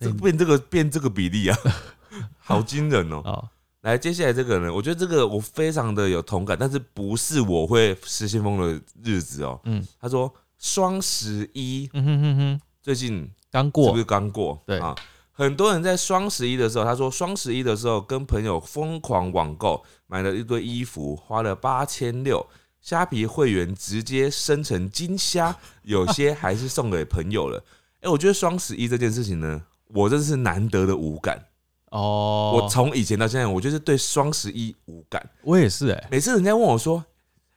B: 这
A: 以
B: 变这个变这个比例啊？ 好惊人哦！
A: 哦
B: 来，接下来这个人，我觉得这个我非常的有同感，但是不是我会失心疯的日子哦。
A: 嗯
B: 他说双十一
A: 嗯哼哼哼，
B: 最近
A: 刚
B: 是
A: 过
B: 不是刚过？
A: 对
B: 啊，很多人在双十一的时候，他说双十一的时候跟朋友疯狂网购，买了一堆衣服，花了八千六，虾皮会员直接生成金虾， 有些还是送给朋友了。哎、我觉得双十一这件事情呢，我真是难得的无感。
A: 哦，
B: 我从以前到现在，我就是对双十一无感。
A: 我也是哎、
B: 每次人家问我说：“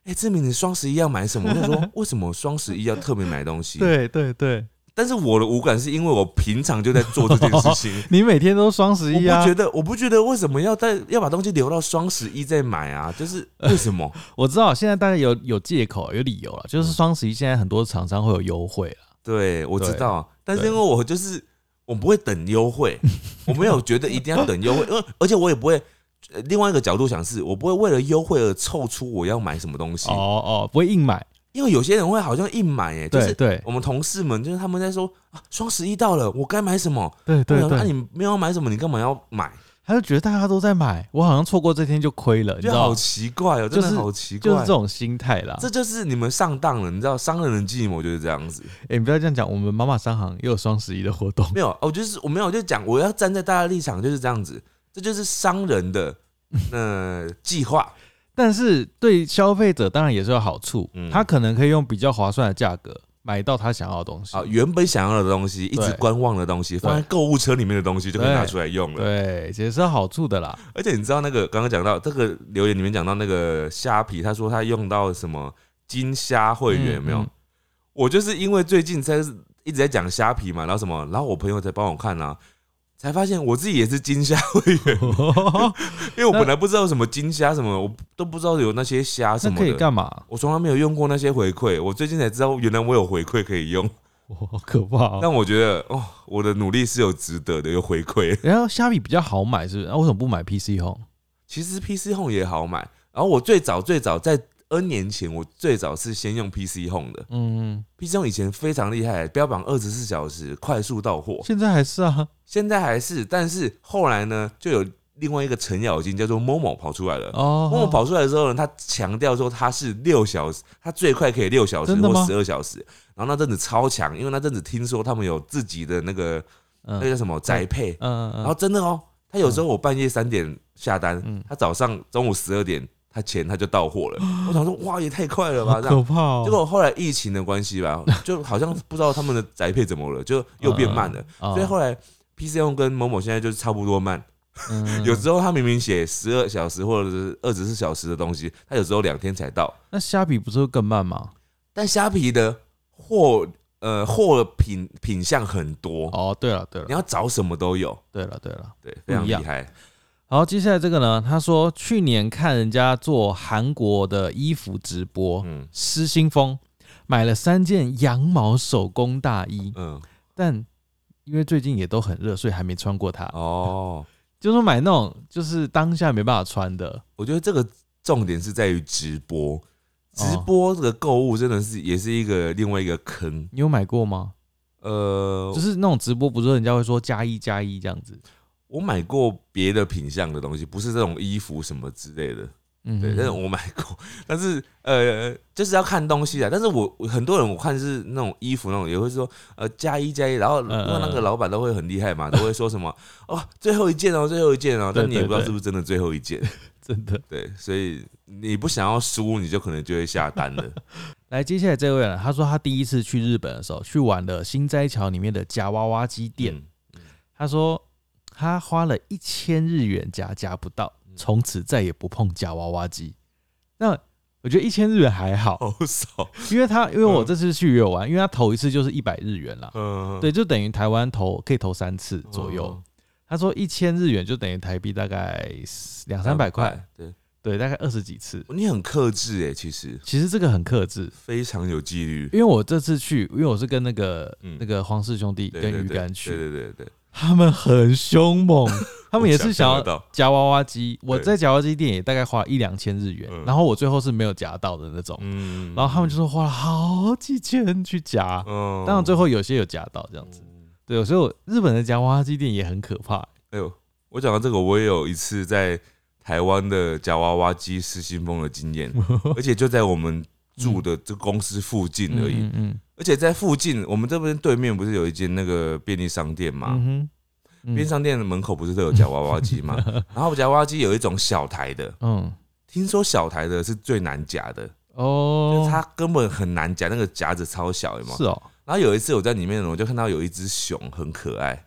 B: 哎、志明，你双十一要买 什么？”我就说：“为什么双十一要特别买东西？”。
A: 对对对，
B: 但是我的无感是因为我平常就在做这件事 情，
A: 你每天都双十
B: 我
A: 一
B: 不
A: 啊
B: 觉？得，我不觉得为什么要在要把东西留到双十一再买啊？ 就是为什么？
A: 我知道现在大家有有借口有理由
B: 嗯
A: 了，就是双十一现在很多厂商会有优惠了。
B: 对，我知
A: 对
B: 道，但是因为我就是我不会等优惠，我没有觉得一定要等优惠，因为而且我也不会。呃另外一个角度想是，我不会为了优惠而凑出我要买什么东西，
A: 哦哦，不会硬买，
B: 因为有些人会好像硬买哎，就
A: 对
B: 是
A: 对
B: 我们同事们就是他们在说啊，双十一到了，我该买什么？
A: 对
B: 我
A: 对
B: 想说啊，
A: 对，
B: 你没有买什么，你干嘛要买？
A: 他就觉得大家都在买，我好像错过这天就亏了，你知
B: 就
A: 道
B: 好
A: 吗？
B: 奇怪哦，真
A: 就
B: 的
A: 是
B: 好奇
A: 就是
B: 怪
A: 这，种心态啦。
B: 这就是你们上当了，你知道商人的计谋就是这样子。
A: 哎、你不要这样讲，我们妈妈商行也有双十一的活动，
B: 没有，我就是我没有，我就讲我要站在大家的立场就是这样子，这就是商人的呃 计划。
A: 但是对消费者当然也是有好处，
B: 嗯
A: 他可能可以用比较划算的价格买到他想要的东西。
B: 啊，原本想要的东西，一直
A: 对
B: 观望的东西，放在购物车里面的东西就可以拿出来用了。
A: 对，也是有好处的 啦。
B: 而且你知道那个刚刚讲到这个留言里面讲到那个虾皮，他说他用到什么金虾会员
A: 嗯
B: 有没有
A: 嗯？
B: 我就是因为最近在一直在讲虾皮嘛，然后什么，然后我朋友才帮我看啊，才发现我自己也是金虾会员，因为我本来不知道什么金虾什么，我都不知道有那些虾什
A: 那
B: 么
A: 可以
B: 的。
A: 干嘛？
B: 我从来没有用过那些回馈，我最近才知道原来我有回馈可以用，
A: 哇好可怕、哦！
B: 但我觉得哦，我的努力是有值得的，有回馈。
A: 然后虾皮比较好买，是不是？那、为什么不买 PC Home？
B: 其实 PC Home 也好买，然后我最早最早在 N 年前，我最早是先用 PC Home 的。
A: 嗯，
B: PC Home 以前非常厉害，标榜二十四小时快速到货，
A: 现在还是 啊，
B: 现在还是，但是后来呢，就有另外一个程咬金叫做 Momo 跑出来了。
A: 哦，
B: Momo 跑出来之后呢，他强调说他是六小时，他最快可以六小时
A: 真的
B: 或
A: 吗
B: 十二小时。然后那阵子超强，因为那阵子听说他们有自己的那个
A: 嗯，
B: 那个叫什么宅配，
A: 嗯嗯嗯，
B: 然后真的哦，他有时候我半夜三点下单，
A: 嗯
B: 他早上中午十二点，他钱他就到货 了。我想说，哇，也太快了吧！
A: 好
B: 这
A: 可
B: 样，
A: 怕哦！
B: 结果后来疫情的关系吧，就 好像不知道他们的宅配怎么了，就又变慢了。
A: 啊
B: 所以后来 PC 用跟某某现在就是差不多慢，
A: 嗯
B: 有时候他明明写十二小时或者是二十四小时的东西，他有时候两天才到。
A: 那虾皮不是会更慢吗？
B: 但虾皮的货呃货品品相很多，
A: 哦，对了对了
B: 你要找什么都有，
A: 对了对了。
B: 对，非常
A: 不一
B: 厉
A: 样
B: 害。
A: 好，接下来这个呢？他说去年看人家做韩国的衣服直播，
B: 嗯
A: 失心疯买了三件羊毛手工大衣，
B: 嗯
A: 但因为最近也都很热，所以还没穿过它。
B: 哦。
A: 就是买那种就是当下没办法穿的，
B: 我觉得这个重点是在于直播，直
A: 哦
B: 播的购物真的是也是一个另外一个坑。
A: 你有买过吗？
B: 呃，
A: 就是那种直播，不是人家会说加一加一这样子。
B: 我买过别的品相的东西，不是这种衣服什么之类的，
A: 嗯
B: 对，但是我买过，但是呃，就是要看东西啊。但是我我很多人我看是那种衣服那种，也会说呃加一加一，然
A: 嗯
B: 后因为那个老板都会很厉害嘛，都会说什么哦最后一件哦最后一件哦，
A: 对
B: 但你也不知道
A: 对对
B: 是不是真的最后一件，
A: 真的。
B: 对，所以你不想要输，你就可能就会下单 了。
A: 来，接下来这位呢，他说他第一次去日本的时候，去玩了新斋桥里面的夹娃娃机店。
B: 嗯
A: 他说他花了一千日元夹夹不到，
B: 嗯
A: 从此再也不碰夹娃娃机。那我觉得一千日元还好，
B: 好少，
A: 因为他因为我
B: 嗯
A: 这次去也有玩，因为他投一次就是一百日元啦，
B: 嗯，
A: 对，就等于台湾投可以投三次左右。他说一千日元就等于台币大概两
B: 嗯
A: 三百块，，
B: 对，
A: 对，大概二十几次。
B: 你很克制哎，其实
A: 其实这个很克制，
B: 非常有纪律。
A: 因为我这次去，因为我是跟那个、
B: 嗯
A: 那个黄氏兄弟
B: 对
A: 跟
B: 对
A: 鱼
B: 对
A: 竿去，
B: 对对对对，
A: 他们很凶 猛，他们也是想
B: 我
A: 要
B: 象得到，
A: 夹娃娃机。我
B: 对
A: 在夹娃娃机店也大概花了一两千日元，
B: 嗯
A: 然后我最后是没有夹到的那种，
B: 嗯
A: 然后他们就，说花了好几千去夹，
B: 嗯
A: 当然最后有些有夹到这样子。对，所以我日本的夹娃娃机店也很可怕。
B: 哎呦，我讲到这个，我也有一次在台湾的夹娃娃机失心疯的经 验，而且就在我们住的这公司附近而已，
A: 嗯嗯
B: 而且在附近，我们这边对面不是有一间那个便利商店
A: 嗯
B: 吗？
A: 嗯哼，嗯
B: 便利商店的门口不是都有夹娃娃 机吗？然后夹娃娃机有一种小台的，
A: 嗯
B: 听说小台的是最难夹的，就是它
A: 哦，
B: 根本很难夹，那个夹子超小，有没有
A: 是哦，
B: 然后有一次我在里面，我就看到有一只熊很可 爱，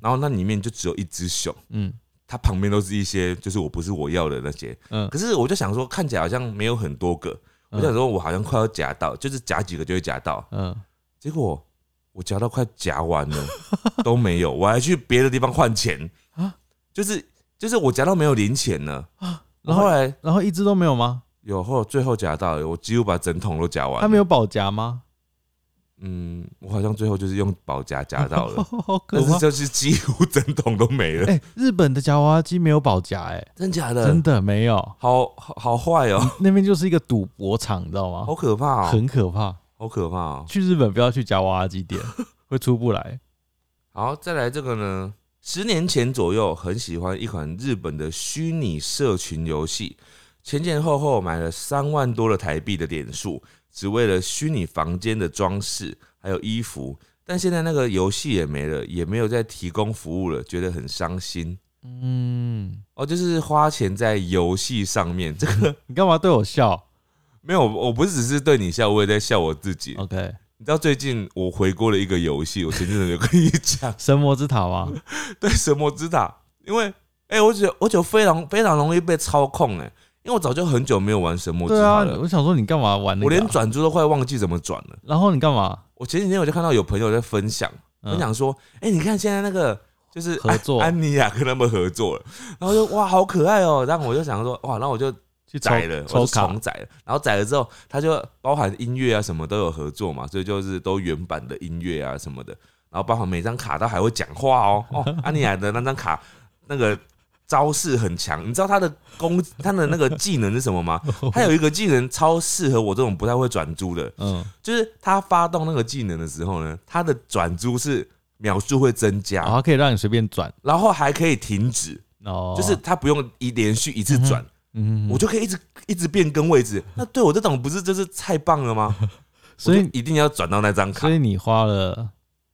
B: 然后那里面就只有一只熊，
A: 嗯
B: 它旁边都是一些就是我不是我要的那些，
A: 嗯
B: 可是我就想说，看起来好像没有很多个，我想说我好像快要夹到，就是夹几个就会夹到，
A: 嗯，
B: 结果我夹到快夹 完了都没有，我还去别的地方换钱
A: 啊
B: 就是就是我夹到没有零钱了，
A: 然
B: 然后
A: 后
B: 后来
A: 然后一只都没有吗？
B: 有后最后夹到了，我几乎把整桶都夹完了，
A: 它没有保夹吗？
B: 嗯，我好像最后就是用保夹夹到了。
A: 好可
B: 但是
A: 怕！
B: 就是几乎整桶都没了，
A: 哎、日本的夹娃娃机没有保夹、哎，
B: 真假的？
A: 真的没有，
B: 好好好坏哦，
A: 那边就是一个赌博场，你知道吗
B: 好？可怕哦，
A: 很可怕。
B: 好可怕哦。
A: 去日本不要去夹娃娃机店，会出不来。
B: 好，再来这个呢，十年前左右，很喜欢一款日本的虚拟社群游戏，前前后后买了三万多的台币的点数，只为了虚拟房间的装饰还有衣服。但现在那个游戏也没了，也没有再提供服务了，觉得很伤心。
A: 嗯，
B: 哦，就是花钱在游戏上面，这个
A: 你干嘛对我笑
B: 没有，我不是只是对你笑，我也在笑我自己。
A: ？OK，
B: 你知道最近我回过了一个游戏，我前阵子有跟你讲，
A: 神魔之塔吗？
B: 对神魔之塔，因为哎、欸我觉得我觉得非常非常容易被操控哎、欸因为我早就很久没有玩神魔之
A: 对
B: 塔
A: 啊
B: 了，，
A: 我想说你干嘛玩那
B: 我
A: 个啊、
B: 连转珠都快忘记怎么转了。
A: 然后你干嘛？
B: 我前几天我就看到有朋友在分享，
A: 嗯
B: 分享说，哎、你看现在那个就是
A: 合作
B: 安安妮亚跟他们合作了，然后就哇好可爱哦、然后我就想说哇，然后我就
A: 去抽
B: 载了，我
A: 抽
B: 就
A: 卡
B: 重载了，然后载了之后，它就包含音乐啊什么都有合作嘛，所以就是都原版的音乐啊什么的，然后包含每张卡都还会讲话哦。哦，安妮亚的那张卡那个招式很强，你知道他的攻他的那个技能是什么吗？他有一个技能超适合我这种不太会转珠的，
A: 嗯，
B: 就是他发动那个技能的时候呢，他的转珠是秒数会增
A: 然
B: 加，
A: 后可以让你随便转
B: 然后还可以停止，
A: 哦，
B: 就是他不用一连续一次转。
A: 嗯，
B: 我就可以一直一直变更位 置。那对我这种不是就是太棒了吗？
A: 所以
B: 我就一定要转到那张卡
A: 所，以你花了，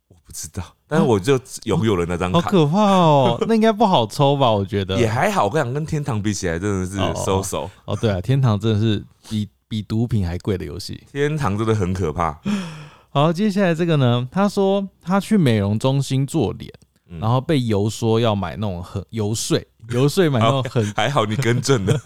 B: 我不知道，但是我就拥有了那张
A: 好
B: 卡，
A: 可怕 哦，那应该不好抽吧？我觉得
B: 也还好。我跟你讲，跟天堂比起来，真的是
A: 哦哦哦
B: 收手。
A: 哦，对啊，天堂真的是比比毒品还贵的游戏。
B: 天堂真的很可怕。
A: 好，接下来这个呢，他说他去美容中心做脸，
B: 嗯
A: 然后被游说要买那种很游说，游说买 那种很
B: 还好你更正了，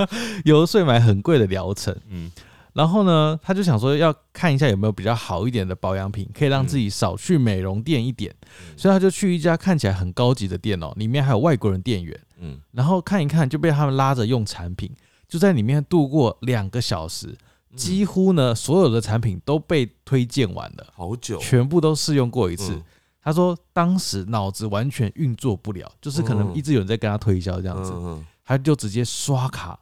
A: 游说买很贵的疗程，
B: 嗯，
A: 然后呢，他就想说要看一下有没有比较好一点的保养品，可以让自己少去美容店一点，
B: 嗯
A: 所以他就去一家看起来很高级的店哦，里面还有外国人店员，
B: 嗯，
A: 然后看一看就被他们拉着用产品，就在里面度过两个小时，
B: 嗯
A: 几乎呢所有的产品都被推荐完了。
B: 好久
A: 全部都试用过一次。
B: 嗯
A: 他说当时脑子完全运作不了，就是可能
B: 嗯
A: 一直有人在跟他推销这
B: 这
A: 样子，
B: 嗯
A: 他就直接刷卡。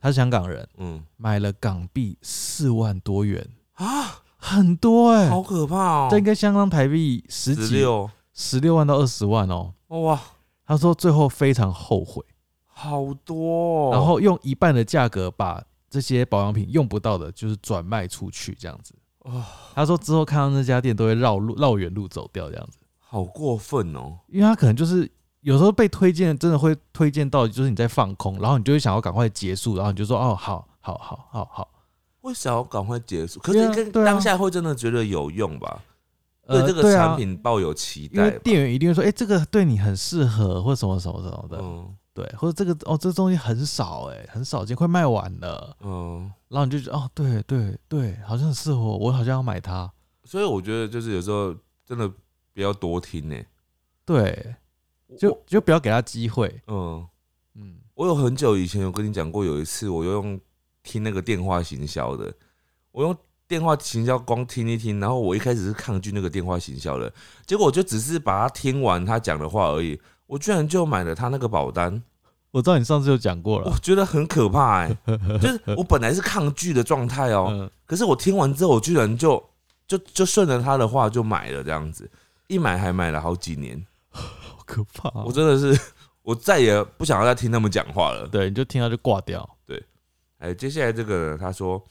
A: 他是香港人，
B: 嗯
A: 买了港币四万多元，
B: 嗯啊，
A: 很多哎、
B: 好可怕
A: 这应
B: 哦，
A: 该相当台币十
B: 十
A: 几、
B: 六
A: 十六万到二十万哦。
B: 哇，
A: 他说最后非常后悔，
B: 好多、哦。
A: 然后用一半的价格把这些保养品用不到的，就是转卖出去这样子。
B: 哦，
A: 他说之后看到那家店都会绕路、绕远路走掉这样子。
B: 好过分哦，
A: 因为他可能就是有时候被推荐，真的会推荐到，就是你在放空，然后你就会想要赶快结束，然后你就说哦，好，好，好，好，好，
B: 为啥要赶快结束？可
A: 对
B: 是
A: 啊
B: 跟
A: 对啊
B: 当下会真的觉得有用吧？对这个
A: 对
B: 产
A: 啊，
B: 品抱有期
A: 因为
B: 待吧。
A: 店员一定会说，哎、这个对你很适合，或什么什么什么的，
B: 嗯
A: 对，或者这个哦，这东西很少、哎，很少见，快卖完了，
B: 嗯，
A: 然后你就觉得哦，对对对，好像很适合我，我好像要买它，
B: 所以我觉得就是有时候真的不要多听呢、欸
A: 对，
B: 我
A: 就就不要给他机会，
B: 嗯，
A: 嗯，
B: 我有很久以前有跟你讲过，有一次我用听那个电话行销的，我用电话行销光听一听，然后我一开始是抗拒那个电话行销的，结果我就只是把他听完他讲的话而已，我居然就买了他那个 保单，
A: 我知道你上次就讲过
B: 我
A: 了，
B: 觉得很可怕哎、就是我本来是抗拒的状态哦，
A: 嗯，
B: 可是我听完之后，我居然就就就顺着他的话就买了这样子，一买还买了好几年，
A: 好可怕哦、
B: 我真的是 我再也不想要再听他们讲话了。
A: 对，你就听到就挂掉，
B: 哎，接下来这个呢，他说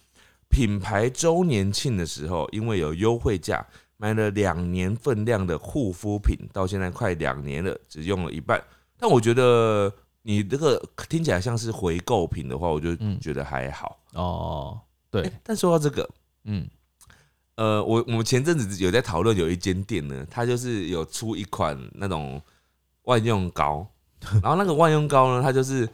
B: 品牌周年庆的时候，因为有优惠价，买了两年份量的护肤品，到现在快两年了，只用了一半。但我觉得你这个听起来像是回购品的话，我就
A: 嗯
B: 觉得还好。
A: 哦，对，
B: 哎但说到这个，
A: 嗯。
B: 呃，我我们前阵子有在讨论，有一间店呢，它就是有出一款那种万用膏，然后那个万用膏呢，它就是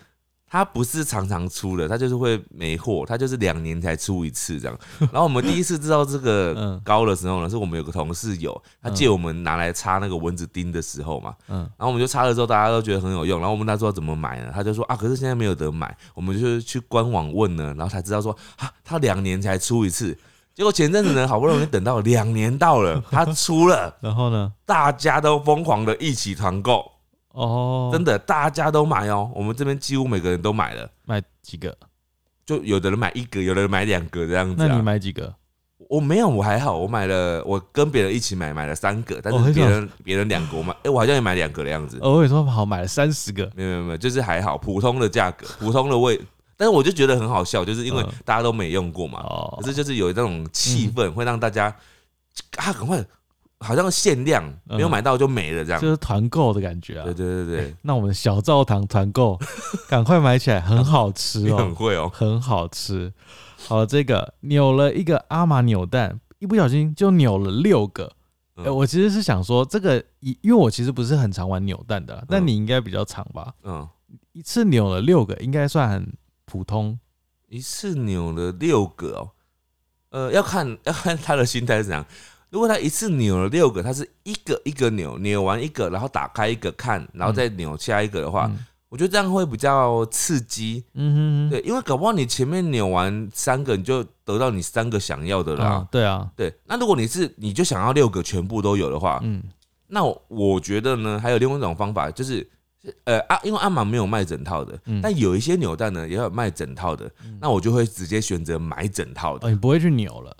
B: 它不是常常出的，它就是会没货，它就是两年才出一次这样。然后我们第一次知道这个
A: 嗯
B: 膏的时候呢，是我们有个同事有，他借我们拿来擦那个蚊子叮的时候嘛，
A: 嗯
B: 然后我们就擦了之后，大家都觉得很有用。然后我问他说怎么买呢？他就说啊，可是现在没有得买。我们就去官网问呢，然后才知道说啊，他两年才出一次。结果前阵子呢，好不容易等到两年到了， 他出了，，
A: 然后呢？
B: 大家都疯狂的一起团购，
A: 哦，
B: 真的大家都买哦。我们这边几乎每个人都买了，
A: 买几个？
B: 就有的人买一个，有的人买两个这样子、
A: 那
B: 啊。
A: 你买几个？
B: 我没有，我还好，我买了，我跟别人一起买，买了三个，但
A: 哦
B: 是
A: 很少
B: 别人别人两个我买，哎、我好像也买两个的样子，
A: 哦，我也说好买了三十个，
B: 没有没有没有，就是还好，普通的价 格，普通的味，但是我就觉得很好笑，就是因为
A: 嗯
B: 大家都没用过嘛，
A: 哦嗯
B: 可，是就是有那种气氛，会让大家啊，赶快，好像限量，
A: 嗯
B: 没有买到就没了这样。
A: 就是团购的感觉啊
B: 对。对对 对，
A: 那我们小灶堂团 购，赶快买起来，很好吃
B: 你
A: 哦，
B: 很会哦、
A: 很好吃。好了，这个扭了一个阿玛扭蛋，一不小心就扭了六个。哎、
B: 嗯
A: 我其实是想说，这个以因为我其实不是很常玩扭蛋的啦，但
B: 嗯
A: 你应该比较常吧？
B: 嗯，
A: 一次扭了六个，应该算很普通。
B: 一次扭了六个哦、呃，要看 要看他的心态是怎样。如果他一次扭了六个，他是一个一个扭，扭完一个，然后打开一个看，然后再扭下一个的话，
A: 嗯
B: 我觉得这样会比较刺激。
A: 嗯哼哼，
B: 对，因为搞不好你前面扭完三个，你就得到你三个想要的啦。
A: 啊，对啊，
B: 对，那如果你是你就想要六个全部都有的话，
A: 嗯，
B: 那我我觉得呢，还有另外一种方法，就是呃啊，因为阿玛没有卖整套的，
A: 嗯
B: 但有一些扭蛋呢也有卖整套的，那我就会直接选择买整套的。
A: 哦，你不会去扭了，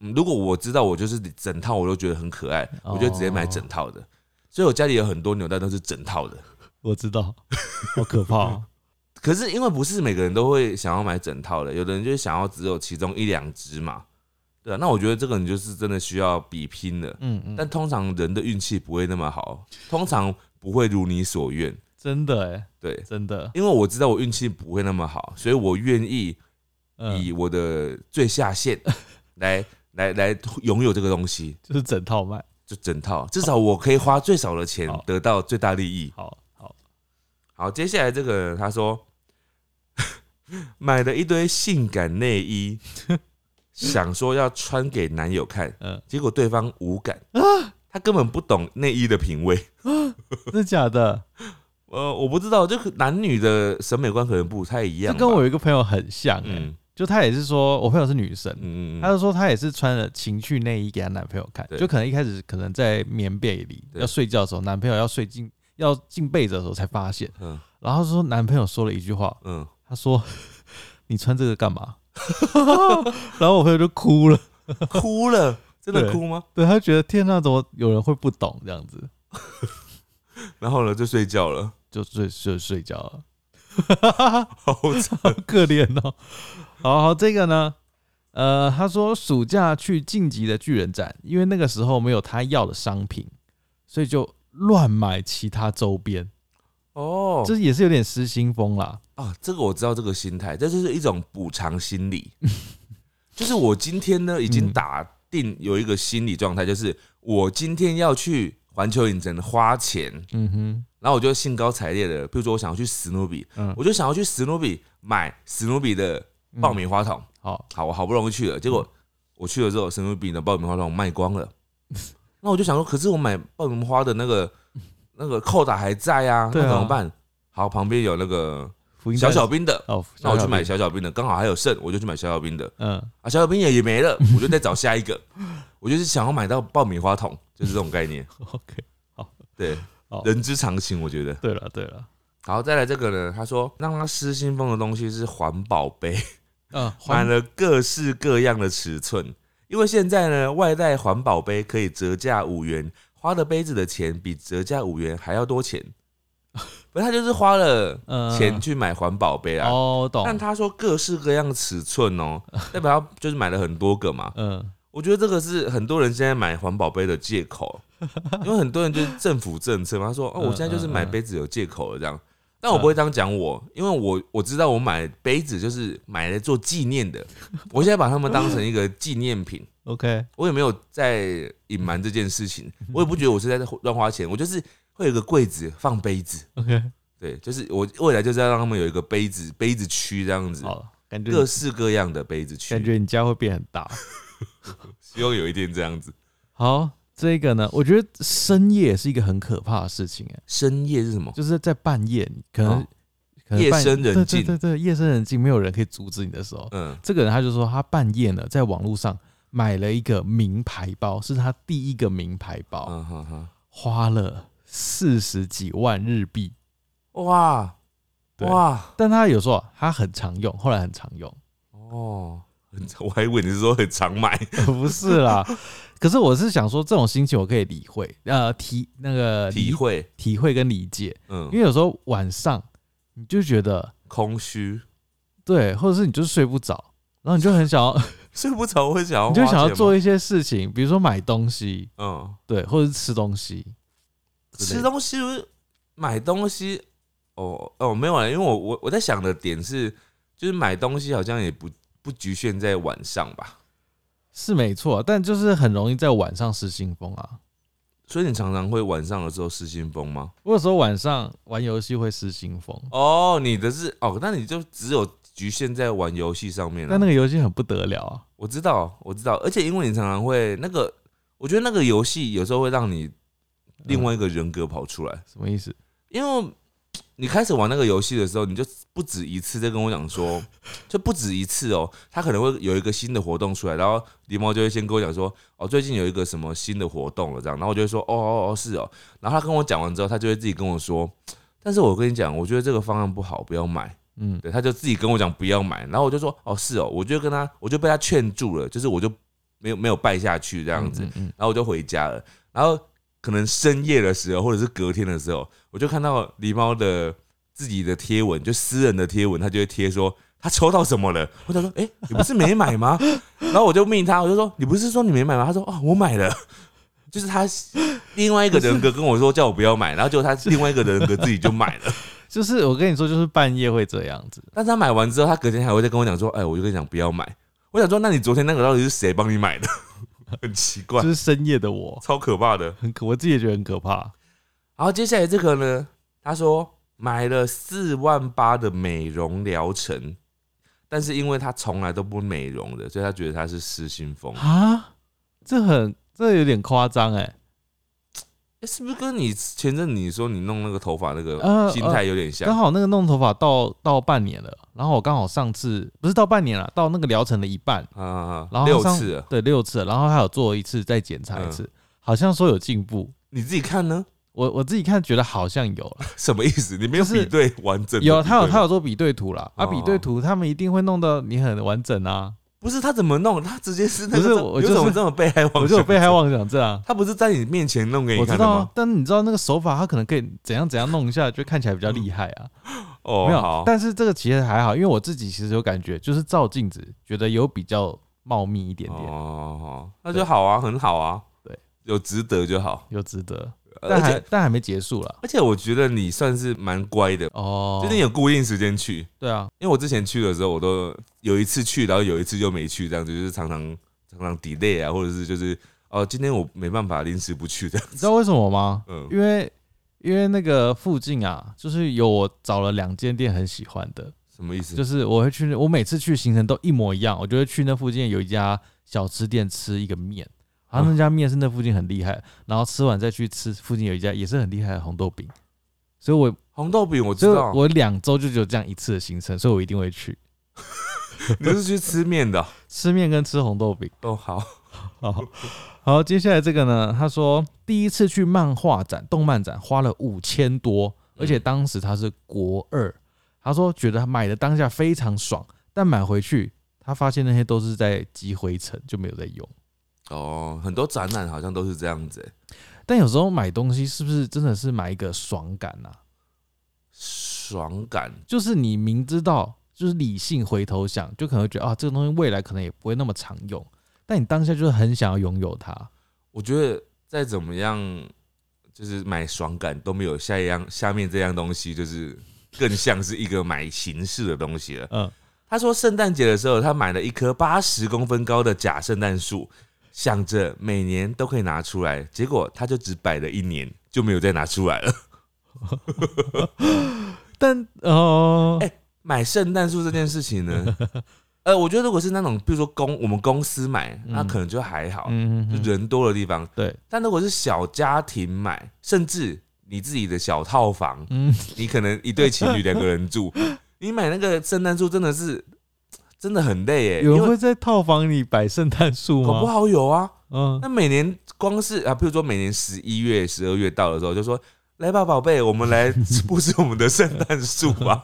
B: 嗯如果我知道我就是整套我都觉得很可爱，
A: 哦
B: 我就直接买整套的。所以我家里有很多扭蛋都是整套的，
A: 我知 道，好可怕、哦。
B: 可是因为不是每个人都会想要买整套的，有的人就是想要只有其中一两只嘛，对啊，那我觉得这个你就是真的需要比拼的。
A: 嗯嗯，
B: 但通常人的运气不会那么好，通常不会如你所愿。
A: 真的哎、
B: 对，
A: 真的，
B: 因为我知道我运气不会那么好，所以我愿意
A: 嗯
B: 以，我的最 下限来、来来拥有这个东西，
A: 就是整套卖。
B: 就整套，至少我可以花最少的钱
A: 好
B: 得到最大利益。
A: 好好，
B: 好，接下来这个他说 买了一堆性感 内衣，想说要穿给男友看，
A: 嗯，啊
B: 结果对方无感，他根本不懂内衣的品味。
A: 真的假的？
B: 呃，我不知道，就男女的审美观可能不太一
A: 这
B: 样吧。
A: 跟我有一个朋友很像、欸，
B: 嗯
A: 就她也是说，我朋友是女生，
B: 嗯嗯
A: 她
B: 嗯，
A: 就说她也是穿了情趣内衣给她男朋友看，
B: 对
A: 就可能一开始可能在棉被里
B: 对
A: 要睡觉的时候，男朋友要睡进要进被子的时候才发现，
B: 嗯
A: 然后她说男朋友说了一句话，
B: 嗯，
A: 他说 你穿这个干嘛？ 然后我朋友就哭了，
B: 嗯哭了，真的
A: 对
B: 哭吗？
A: 对他觉得天呐，怎么有人会不懂这样子，
B: 然后呢，就睡觉了，
A: 就睡就睡觉了。
B: 好惨。
A: 好可怜哦。好好，这个呢，呃，他说暑假去晋级的巨人展，因为那个时候没有他要的商品，所以就乱买其他周边，
B: 哦，
A: 这也是有点失心疯啦。
B: 啊，这个我知道这个心态，这就是一种补偿心理。 就是我今天呢，已经
A: 嗯
B: 打定有一个心理状态，就是我今天要去环球影城花钱，
A: 嗯哼，
B: 然后我就兴高采烈的，比如说我想要去史努比，
A: 嗯
B: 我就想要去史努比买史努比的
A: 嗯
B: 爆米花桶。
A: 好，
B: 好，我好不容易去了，结果我去了之后，神努比的爆米花桶卖光了。那我就想说，可是我买爆米花的那个那个扣打还在啊，那
A: 对啊
B: 怎么办？好，旁边有那个
A: 福音
B: 小
A: 战士
B: 小兵的，
A: 哦，
B: 那我去买
A: 小小
B: 小小兵的，刚好还有剩，我就去买小小兵的。
A: 兵，嗯，
B: 啊，小小兵也也没了，我就再找下一个。我就是想要买到爆米花桶，就是这种 概念。
A: OK，
B: 对
A: 好，
B: 人之常情，我觉得。
A: 对了对了，
B: 好，再来这个呢，他说让他失心疯的东西是环保杯。
A: 嗯，
B: 买
A: 环
B: 了各式各样的尺寸，因为现在呢，外带环保杯可以折价五元，花的杯子的钱比折价五元还要 多钱。不是，他就是花了
A: 嗯
B: 钱去买环保杯啊。
A: 哦，我懂，
B: 但他说各式各样的尺寸 哦、代表他就是买了很多个嘛。
A: 嗯，
B: 我觉得这个是很多人现在买环保杯的借 口，因为很多人就是政府政策嘛，他说哦，
A: 嗯
B: 我现在就是买
A: 嗯嗯
B: 杯子有借口了这样。但我不会这样讲我，因为我我知道我买杯子就是买来做纪念的，我现在把它们当成一个纪念品，
A: OK，
B: 我也没有在隐瞒这件事情，我也不觉得我是在乱花钱，我就是会有一个柜子放杯子，
A: OK，
B: 对，就是我未来就是要让他们有一个杯子杯子区这样子，
A: 好了，感觉
B: 各式各样的杯子
A: 感
B: 区，
A: 觉你家会变很大。
B: 希望有一天这样子。
A: 好，这个呢，我觉得深夜是一个很可怕的事情、哎。
B: 深夜是什么？
A: 就是在半夜，你可能、
B: 哦
A: 可能半
B: 夜深人
A: 对
B: 静
A: 对对对，夜深人静，没有人可以阻止你的时候，
B: 嗯，
A: 这个人他就说他半夜呢在网络上买了一个名牌包，是他第一个名牌包，
B: 嗯哼哼，
A: 花了四十几万日币，
B: 哇
A: 对
B: 哇
A: 但他有时候他很常用，后来很常用，
B: 哦，我还以为你是说很常买，
A: 不是啦。可是我是想说，这种心情我可以理会，呃，体那个理
B: 体会，
A: 体会跟理解，
B: 嗯
A: 因，为有时候晚上你就觉得
B: 空虚，
A: 对，或者是你就是睡不着，然后你就很 想要，
B: 睡不着会想 要，
A: 你就想要做，一些事情，比如说买东西，
B: 嗯，
A: 对，或者是吃东西。之类
B: 吃
A: 的
B: 东西、买东西，哦哦，没有啊，因为我我我在想的点是，就是买东西好像也不不局限在晚上吧，
A: 是没错，啊但就是很容易在晚上失心疯啊。
B: 所以你常常会晚上的时候失心疯吗？
A: 我有时候晚上玩游戏会失心疯，
B: 哦，你的是哦，那你就只有局限在玩游戏上面了、
A: 但那个游戏很不得了啊。
B: 我知道，我知道，而且因为你常常会那个，我觉得那个游戏有时候会让你另外一个人格跑出来，
A: 嗯什么意思？
B: 因为你开始玩那个游戏的时候，你就不止一次在跟我讲说，就不止一次哦，他可能会有一个新的活动出来，然后狸猫就会先跟我讲说，哦，最近有一个什么新的活动了这样，然后我就会说，哦哦哦，是哦，然后他跟我讲完之后，他就会自己跟我说，但是我跟你讲，我觉得这个方案不好，不要买。
A: 嗯，
B: 对，他就自己跟我讲不要买，然后我就说哦是哦，我就跟他，我就被他劝住了，就是我就没有没有败下去这
A: 这
B: 样子，
A: 嗯嗯
B: 然后我就回家了，然后可能深夜的时候或者是隔天的时候，我就看到狸猫的自己的贴文，就私人的贴文，他就会贴说。他抽到什么了？我就说，哎、你不是没买吗？ 然后我就命他，我就说，你不是说你没买吗？他说，哦，我买了。就是他另外一个人格跟我说叫我不要买，然后结果他另外一个人格自己就买了。
A: 就是我跟你说，就是半夜会这样子。
B: 但是他买完之后，他隔天还会再跟我讲说：“哎、我就跟你讲不要买。”我想说，那你昨天那个到底是谁帮你买的？ 很奇怪
A: 就，是深夜的我，
B: 超可怕的。
A: 很可，我自己也觉得很可怕。
B: 然后接下来这个呢，他说买了四万八的美容疗程，但是因为他从来都不美容的，所以他觉得他是失心疯。
A: 啊，这很这有点夸张哎。
B: 哎是不是跟你前阵你说你弄那个头发那个
A: 呃
B: 心态有点像？
A: 刚好那个弄头发到到半年了，然后我刚好上次不是到半年了，到那个疗程的一半，
B: 啊啊
A: 呃然后
B: 啊，六
A: 上
B: 次了，嗯
A: 对六次了，然后还有做一次再检查一次，好像说有进步。
B: 你自己看呢？
A: 我我自己看觉得好像有了，
B: 什么意思？你没有
A: 就是
B: 比对完整的比对
A: 有
B: 吗？
A: 啊他有他有做比对图啦，啊
B: 哦
A: 比对图他们一定会弄到你很完整啊，
B: 不是他怎么弄，他直接是那个
A: 不是
B: 怎
A: 我
B: 有
A: 就是
B: 什么这么被害妄想？
A: 我就有被害妄想症啊，
B: 他不是在你面前弄给
A: 我
B: 你
A: 知
B: 看的
A: 道啊
B: 吗？，
A: 但你知道那个手法他可能可以怎样怎样弄一下，就看起来比较厉害啊，
B: 哦，
A: 没有
B: 好，，
A: 但是这个其实还好，因为我自己其实有感觉，就是照镜子觉得有比较茂密一点点，
B: 哦，好那就好啊，很好啊，
A: 对，
B: 有值得就好。
A: 有值得，
B: 呃而
A: 但还
B: 且
A: 但还没结束啦。
B: 而且我觉得你算是蛮乖的，
A: 哦，
B: 就是你有固定时间去，
A: 对啊，
B: 因为我之前去的时候，我都有一次去，然后有一次就没去，这样子就是常常常常 delay 啊，或者是就是哦，今天我没办法临时不去这样
A: 你知
B: 子。
A: 道为什么吗？
B: 嗯，
A: 因为因为那个附近啊，就是有我找了两间店很喜欢的，
B: 什么意思？
A: 就是我会去那，我每次去行程都一模一样，我就会去那附近有一家小吃店吃一个面，
B: 哦
A: 然后那家面是那附近很厉害，然后吃完再去吃附近有一家也是很厉害的红豆饼，所以我
B: 红豆饼我知
A: 所以
B: 道，
A: 我两周就只有这样一次的行程，所以我一定会去
B: 你是去吃面的
A: 吃面跟吃红豆饼。
B: 哦，好，
A: 好，好，接下来这个呢，他说第一次去漫画展、动漫展花了五千多，
B: 嗯
A: 而且当时他是国二，他说觉得买的当下非常爽，但买回去他发现那些都是在积灰尘，就没有在用。
B: 哦，很多展览好像都是这样子、欸
A: 但有时候买东西是不是真的是买一个爽感啊？
B: 爽感，
A: 就是你明知道，就是理性回头想，就可能会觉得啊，这个东西未来可能也不会那么常用，但你当下就是很想要拥有它。
B: 我觉得再怎么样，就是买爽感都没有下一样下面这样东西，就是更像是一个买形式的东西了。
A: 嗯，
B: 他说圣诞节的时候，他买了一棵八十公分高的假圣诞树，想着每年都可以拿出来，结果他就只摆了一年，就没有再拿出来了。
A: 但哦，
B: 哎买圣诞树这件事情 呢，呃，我觉得如果是那种，比如说公我们公司买，那
A: 嗯
B: 可能就还好，
A: 嗯
B: 就人多的地方。
A: 对，
B: 但如果是小家庭买，甚至你自己的小 套房，
A: 嗯。
B: 你可能一对情侣两个人住， 你买那个圣诞树真的是真的很累耶，
A: 有
B: 因
A: 人
B: 为
A: 会在套房里摆圣诞树
B: 搞不
A: 吗？
B: 好有啊。
A: 嗯
B: 那，每年光是啊，比如说每年十一月、十二 月到的时候，就说来吧，宝贝，我们来布置我们的圣诞树吧。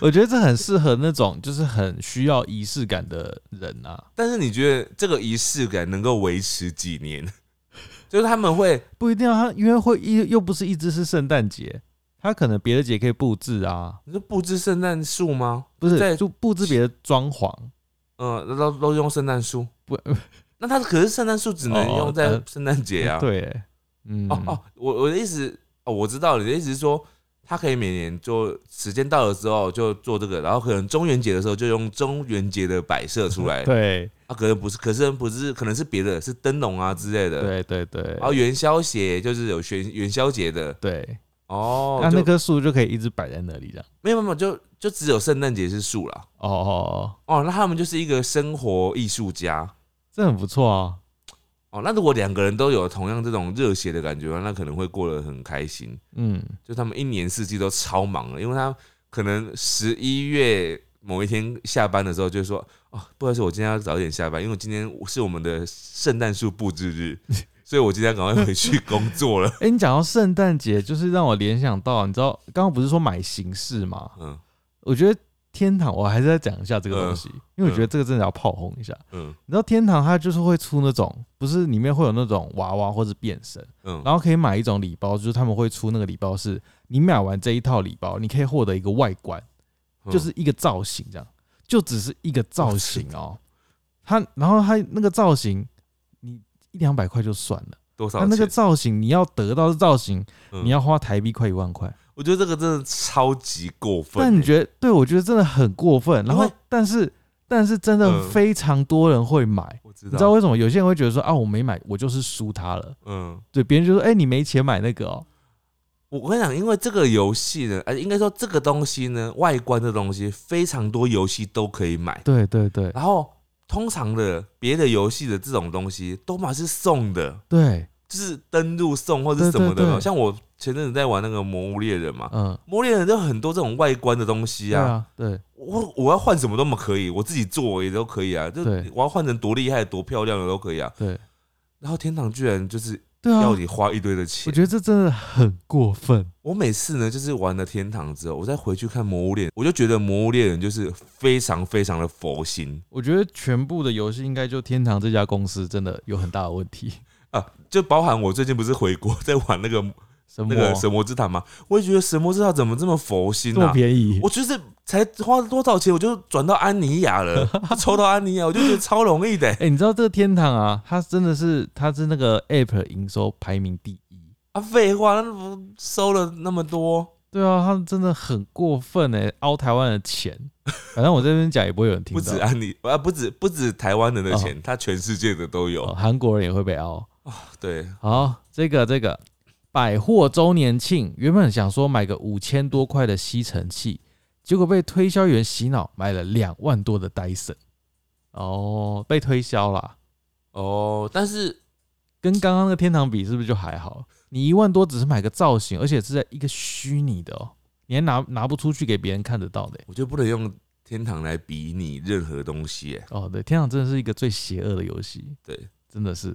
A: 我觉得这很适合那种就是很需要仪式感的人啊，
B: 但是你觉得这个仪式感能够维持几年？ 就是他们会
A: 不一定要他约会又又不是一直是圣诞节，他可能别的节可以布置啊，
B: 你说布置圣诞树吗？
A: 不
B: 在
A: 是就布置别的装潢，
B: 嗯、呃，都都用圣诞树。
A: 不
B: 那它可是圣诞树只能
A: 哦
B: 用在
A: 呃
B: 圣诞节啊。
A: 对欸，嗯，
B: 哦哦，我我的意思哦，我知道你的意思是说，他可以每年就时间到了之后就做这个，然后可能中元节的时候就用中元节的摆设出来。
A: 对
B: 啊，可能不是，可是不是，可能是别的，是灯笼啊之类的。。
A: 对对对
B: 然后元宵节就是有元元宵节的
A: 对，
B: 哦，
A: 那
B: 就
A: 那棵树就可以一直摆在那里这样。
B: 没有没有，就就只有圣诞节是树啦。
A: 哦哦哦，
B: 哦，那他们就是一个生活艺术家。
A: 这很不错啊。
B: 哦，那如果两个人都有同样这种热血的感觉，那可能会过得很开心。
A: 嗯，
B: 就他们一年四季都超忙的，因为他可能十一月某一天下班的时候就说：“哦，不好意思，我今天要早一点下班，因为今天是我们的圣诞树布置日，所以我今天要赶快回去工作了。
A: 哎、你讲到圣诞节，就是让我联想到，你知道刚刚不是说买形式吗”？
B: 嗯
A: 我觉得天堂，我还是再讲一下这个东西，因为我觉得这个真的要炮轰一下。
B: 嗯
A: 你知道天堂它就是会出那种，不是里面会有那种娃娃或者变身，
B: 嗯，
A: 然后可以买一种礼包，就是他们会出那个礼包是，你买完这一套礼包，你可以获得一个外观，
B: 嗯
A: 就是一个造型这样，就只是一个造型哦。它然后它那个造型，你一两百块就算了。
B: 多少
A: 他
B: 钱？
A: 那个造型，你要得到的造型，
B: 嗯
A: 你要花台币快一万块。
B: 我觉得这个真的超级过分欸、
A: 但你觉得，对我觉得真的很过分。然
B: 因
A: 后
B: 为，
A: 但是，但是真的
B: 嗯
A: 非常多人会买。
B: 我知
A: 你知道为什么？有些人会觉得说啊，我没买，我就是输他了。
B: 嗯。
A: 对，别人就说，哎，你没钱买那个哦。
B: 我我跟你讲，因为这个游戏呢，呃，应该说这个东西呢，外观的东西非常多游戏都可以买，
A: 对对对
B: 然后通常的别的游戏的这种东西都嘛是送的，
A: 对，
B: 就是登录送或者什么的嘛。
A: 对对对
B: 像我前阵子在玩那个《魔物猎人》嘛，
A: 嗯，
B: 魔物猎人》就很多这种外观的东西
A: 对
B: 啊。
A: 啊，对
B: 我我要换什么都么可以，我自己做也都可以啊。就
A: 对
B: 我要换成多厉害、多漂亮的都可以啊。
A: 对
B: 然后天堂居然就是
A: 对啊
B: 要！你花一堆的钱
A: 我，觉得这真的很过分。
B: 我每次呢，就是玩了天堂之后，我再回去看《魔物猎人》，我就觉得《魔物猎人》就是非常非常的佛心
A: 我觉得全部的游戏应该就天堂这家公司真的有很大的问题。
B: 啊，就包含我最近不是回国 在玩那个
A: 什么
B: 那个神魔之塔吗？我也觉得神魔之塔怎么这么佛心
A: 这么
B: 啊！
A: 便宜？
B: 我就是才花多少钱，我就转到安妮亚 了，就抽到安妮亚，我就觉得超容易的、
A: 哎、你知道这个天堂啊，它真的是它是那个 App 营收排名第一。
B: 啊，废话，那不收了那么多，
A: 对啊，他们真的很过分哎、凹台湾的钱。反正我这边讲也不会有人听
B: 不
A: 到，
B: 止安妮啊，不止不止台湾人的钱，他全世界的都有
A: 哦。韩、国人也会被凹。
B: 对，
A: 好，这个这个百货周年庆，原本想说买个五千多块的吸尘器，结果被推销员洗脑，买了两万多的 Dyson。哦，被推销啦，
B: 哦，但是
A: 跟刚刚那个天堂比，是不是就还好？你一万多只是买个造型，而且是在一个虚拟的哦，你还拿拿不出去给别人看得到的欸。
B: 我就不能用天堂来比拟任何东西、欸。
A: 哦，对，天堂真的是一个最邪恶的游戏，
B: 对，
A: 真的是。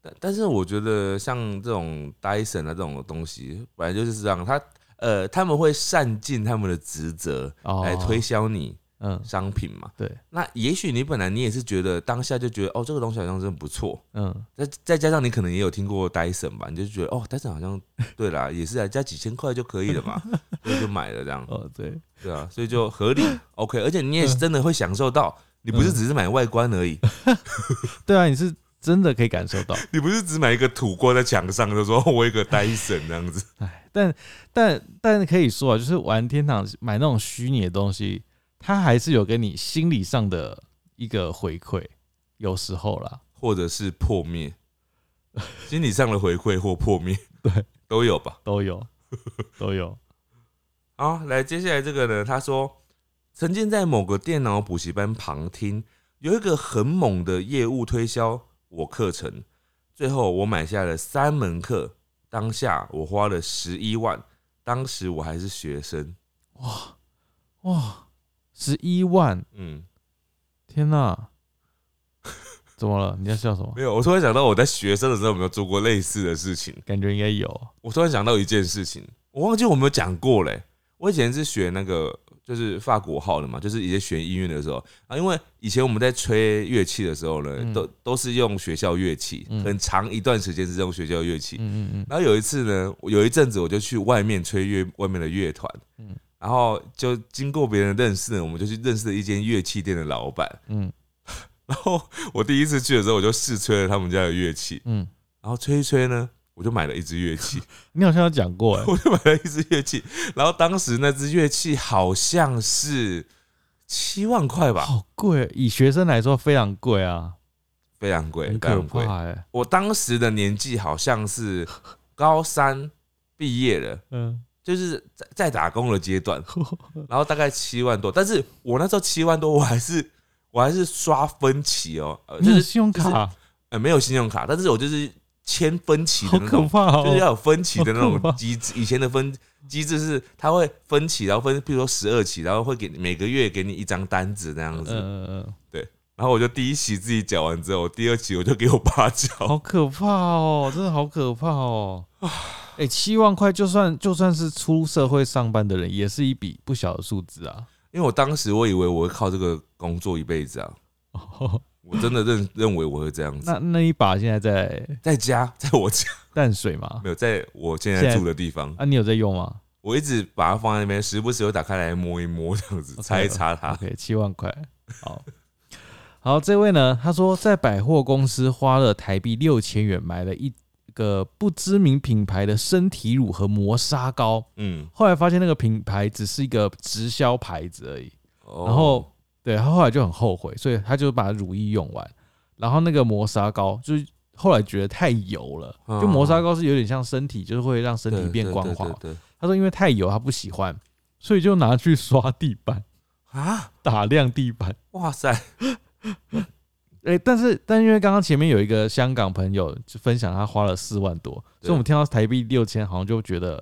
B: 但但是我觉得像这种 Dyson 啊这种东西，本来就是这样，他呃他们会善尽他们的职责
A: 哦，
B: 来推，销你
A: 嗯
B: 商品嘛。
A: 对，
B: 那也许你本来你也是觉得当下就觉得哦这个东西好像真的不错，
A: 嗯，
B: 再再加上你可能也有听过 Dyson 吧，你就觉得哦 Dyson 好像对啦， 也是啊，加几千块就可以了嘛， 所以就买了这样，
A: 哦对，
B: 对啊，所以就合理 OK，而且你也是真的会享受到。你不是只是买外观而已，
A: 对啊，你是真的可以感受 到，
B: 你不是只买一个土挂在墙上，就说哦我有一个 Dyson 这样子。
A: 哎，但但但可以说啊，就是玩天堂买那种虚拟的东西，它还是有给你心理上的一个回馈，有时候啦，
B: 或者是破灭，心理上的回馈或破灭，
A: 对，
B: 都有吧？
A: 都 有，都有，
B: 啊，来，接下来这个呢，他说，曾经在某个电脑补习班旁听，有一个很猛的业务推销我课程，最后我买下了三门课，当下我花了十一万，当时我还是学生，
A: 哇哇，十一万，
B: 嗯，
A: 天哪、 怎么了？你在笑什么
B: 没？有，我突然想到我在学生的时候有没有做过类似的事情，
A: 感觉应该有，
B: 我突然想到一件事情，我忘记我有没有讲过嘞、我以前是学那个就是法国号了嘛，就是以前学音乐的时候啊，因为以前我们在吹乐器的时候呢，
A: 嗯
B: 都都是用学校乐器，
A: 嗯
B: 很长一段时间是用学校乐器。
A: 嗯嗯
B: 然后有一次呢，我有一阵子我就去外面吹乐，外面的乐团，
A: 嗯
B: 然后就经过别人认识呢，我们就去认识了一间乐器店的老板。
A: 嗯
B: 然后我第一次去的时候，我就试吹了他们家的乐器，
A: 嗯嗯，
B: 然后吹一吹呢，我就买了一支乐器，
A: 你好像有讲 过哎，
B: 我就买了一支乐器。然后当时那支乐器好像是七万块吧，
A: 好贵，以学生来说非常贵啊，
B: 非常贵，
A: 很
B: 非
A: 可
B: 常贵。
A: 怕哎，
B: 我当时的年纪好像是高三毕业了，
A: 嗯，
B: 就是在在打工的阶 段，然后大概七万多，但是我那时候七万多，我还是我还是刷分期哦，呃，
A: 你
B: 就
A: 有
B: 是
A: 信用
B: 就是
A: 卡，
B: 呃没有信用卡，但是我就是签分期
A: 好
B: 的那
A: 可
B: 种，
A: 怕
B: 就是
A: 哦，
B: 要有分期的那
A: 好可怕
B: 种机制。以前的分机制是它会分期，然后分，比如说十二期，然后会给你每个月给你一张单子那样
A: 嗯
B: 子。
A: 嗯嗯，
B: 然后我就第一期自己缴完之后，第二期我就给我爸缴。
A: 好可怕哦，真的好可怕哦。
B: 啊
A: 哎，七万块就算就算是出社会上班的人，也是一笔不小的数字啊。
B: 因为我当时我以为我会靠这个工作一辈子啊，我真的认 认为我会这样子。
A: 哦那那一把现在在
B: 在家，在我家
A: 淡水吗？
B: 没有，在我现
A: 现
B: 在
A: 在
B: 住的地方，
A: 啊，你有在用吗
B: 我一直把它放在那边，时不时又打开来摸一摸，这样子
A: OK，
B: 擦一擦它。
A: ？OK，七万块，好。好，这位呢，他说在百货公司花了台币六千元买了一个不知名品牌的身体乳和磨砂膏，
B: 嗯，
A: 后来发现那个品牌只是一个直销牌子而已。
B: 哦
A: 然后对他后来就很后悔，所以他就把乳液用完，然后那个磨砂膏就是后来觉得太油了，
B: 嗯
A: 就磨砂膏是有点像身体，就是会让身体
B: 对
A: 变
B: 对
A: 光
B: 对
A: 滑
B: 对。对
A: 他说因为太油他不喜欢，所以就拿去刷地板，
B: 啊，
A: 打亮地板。
B: 哇塞，
A: 哎、但是但因为刚刚前面有一个香港朋友就分享他花了四万多，所
B: 对啊
A: 以我们听到台币六千，好像就觉得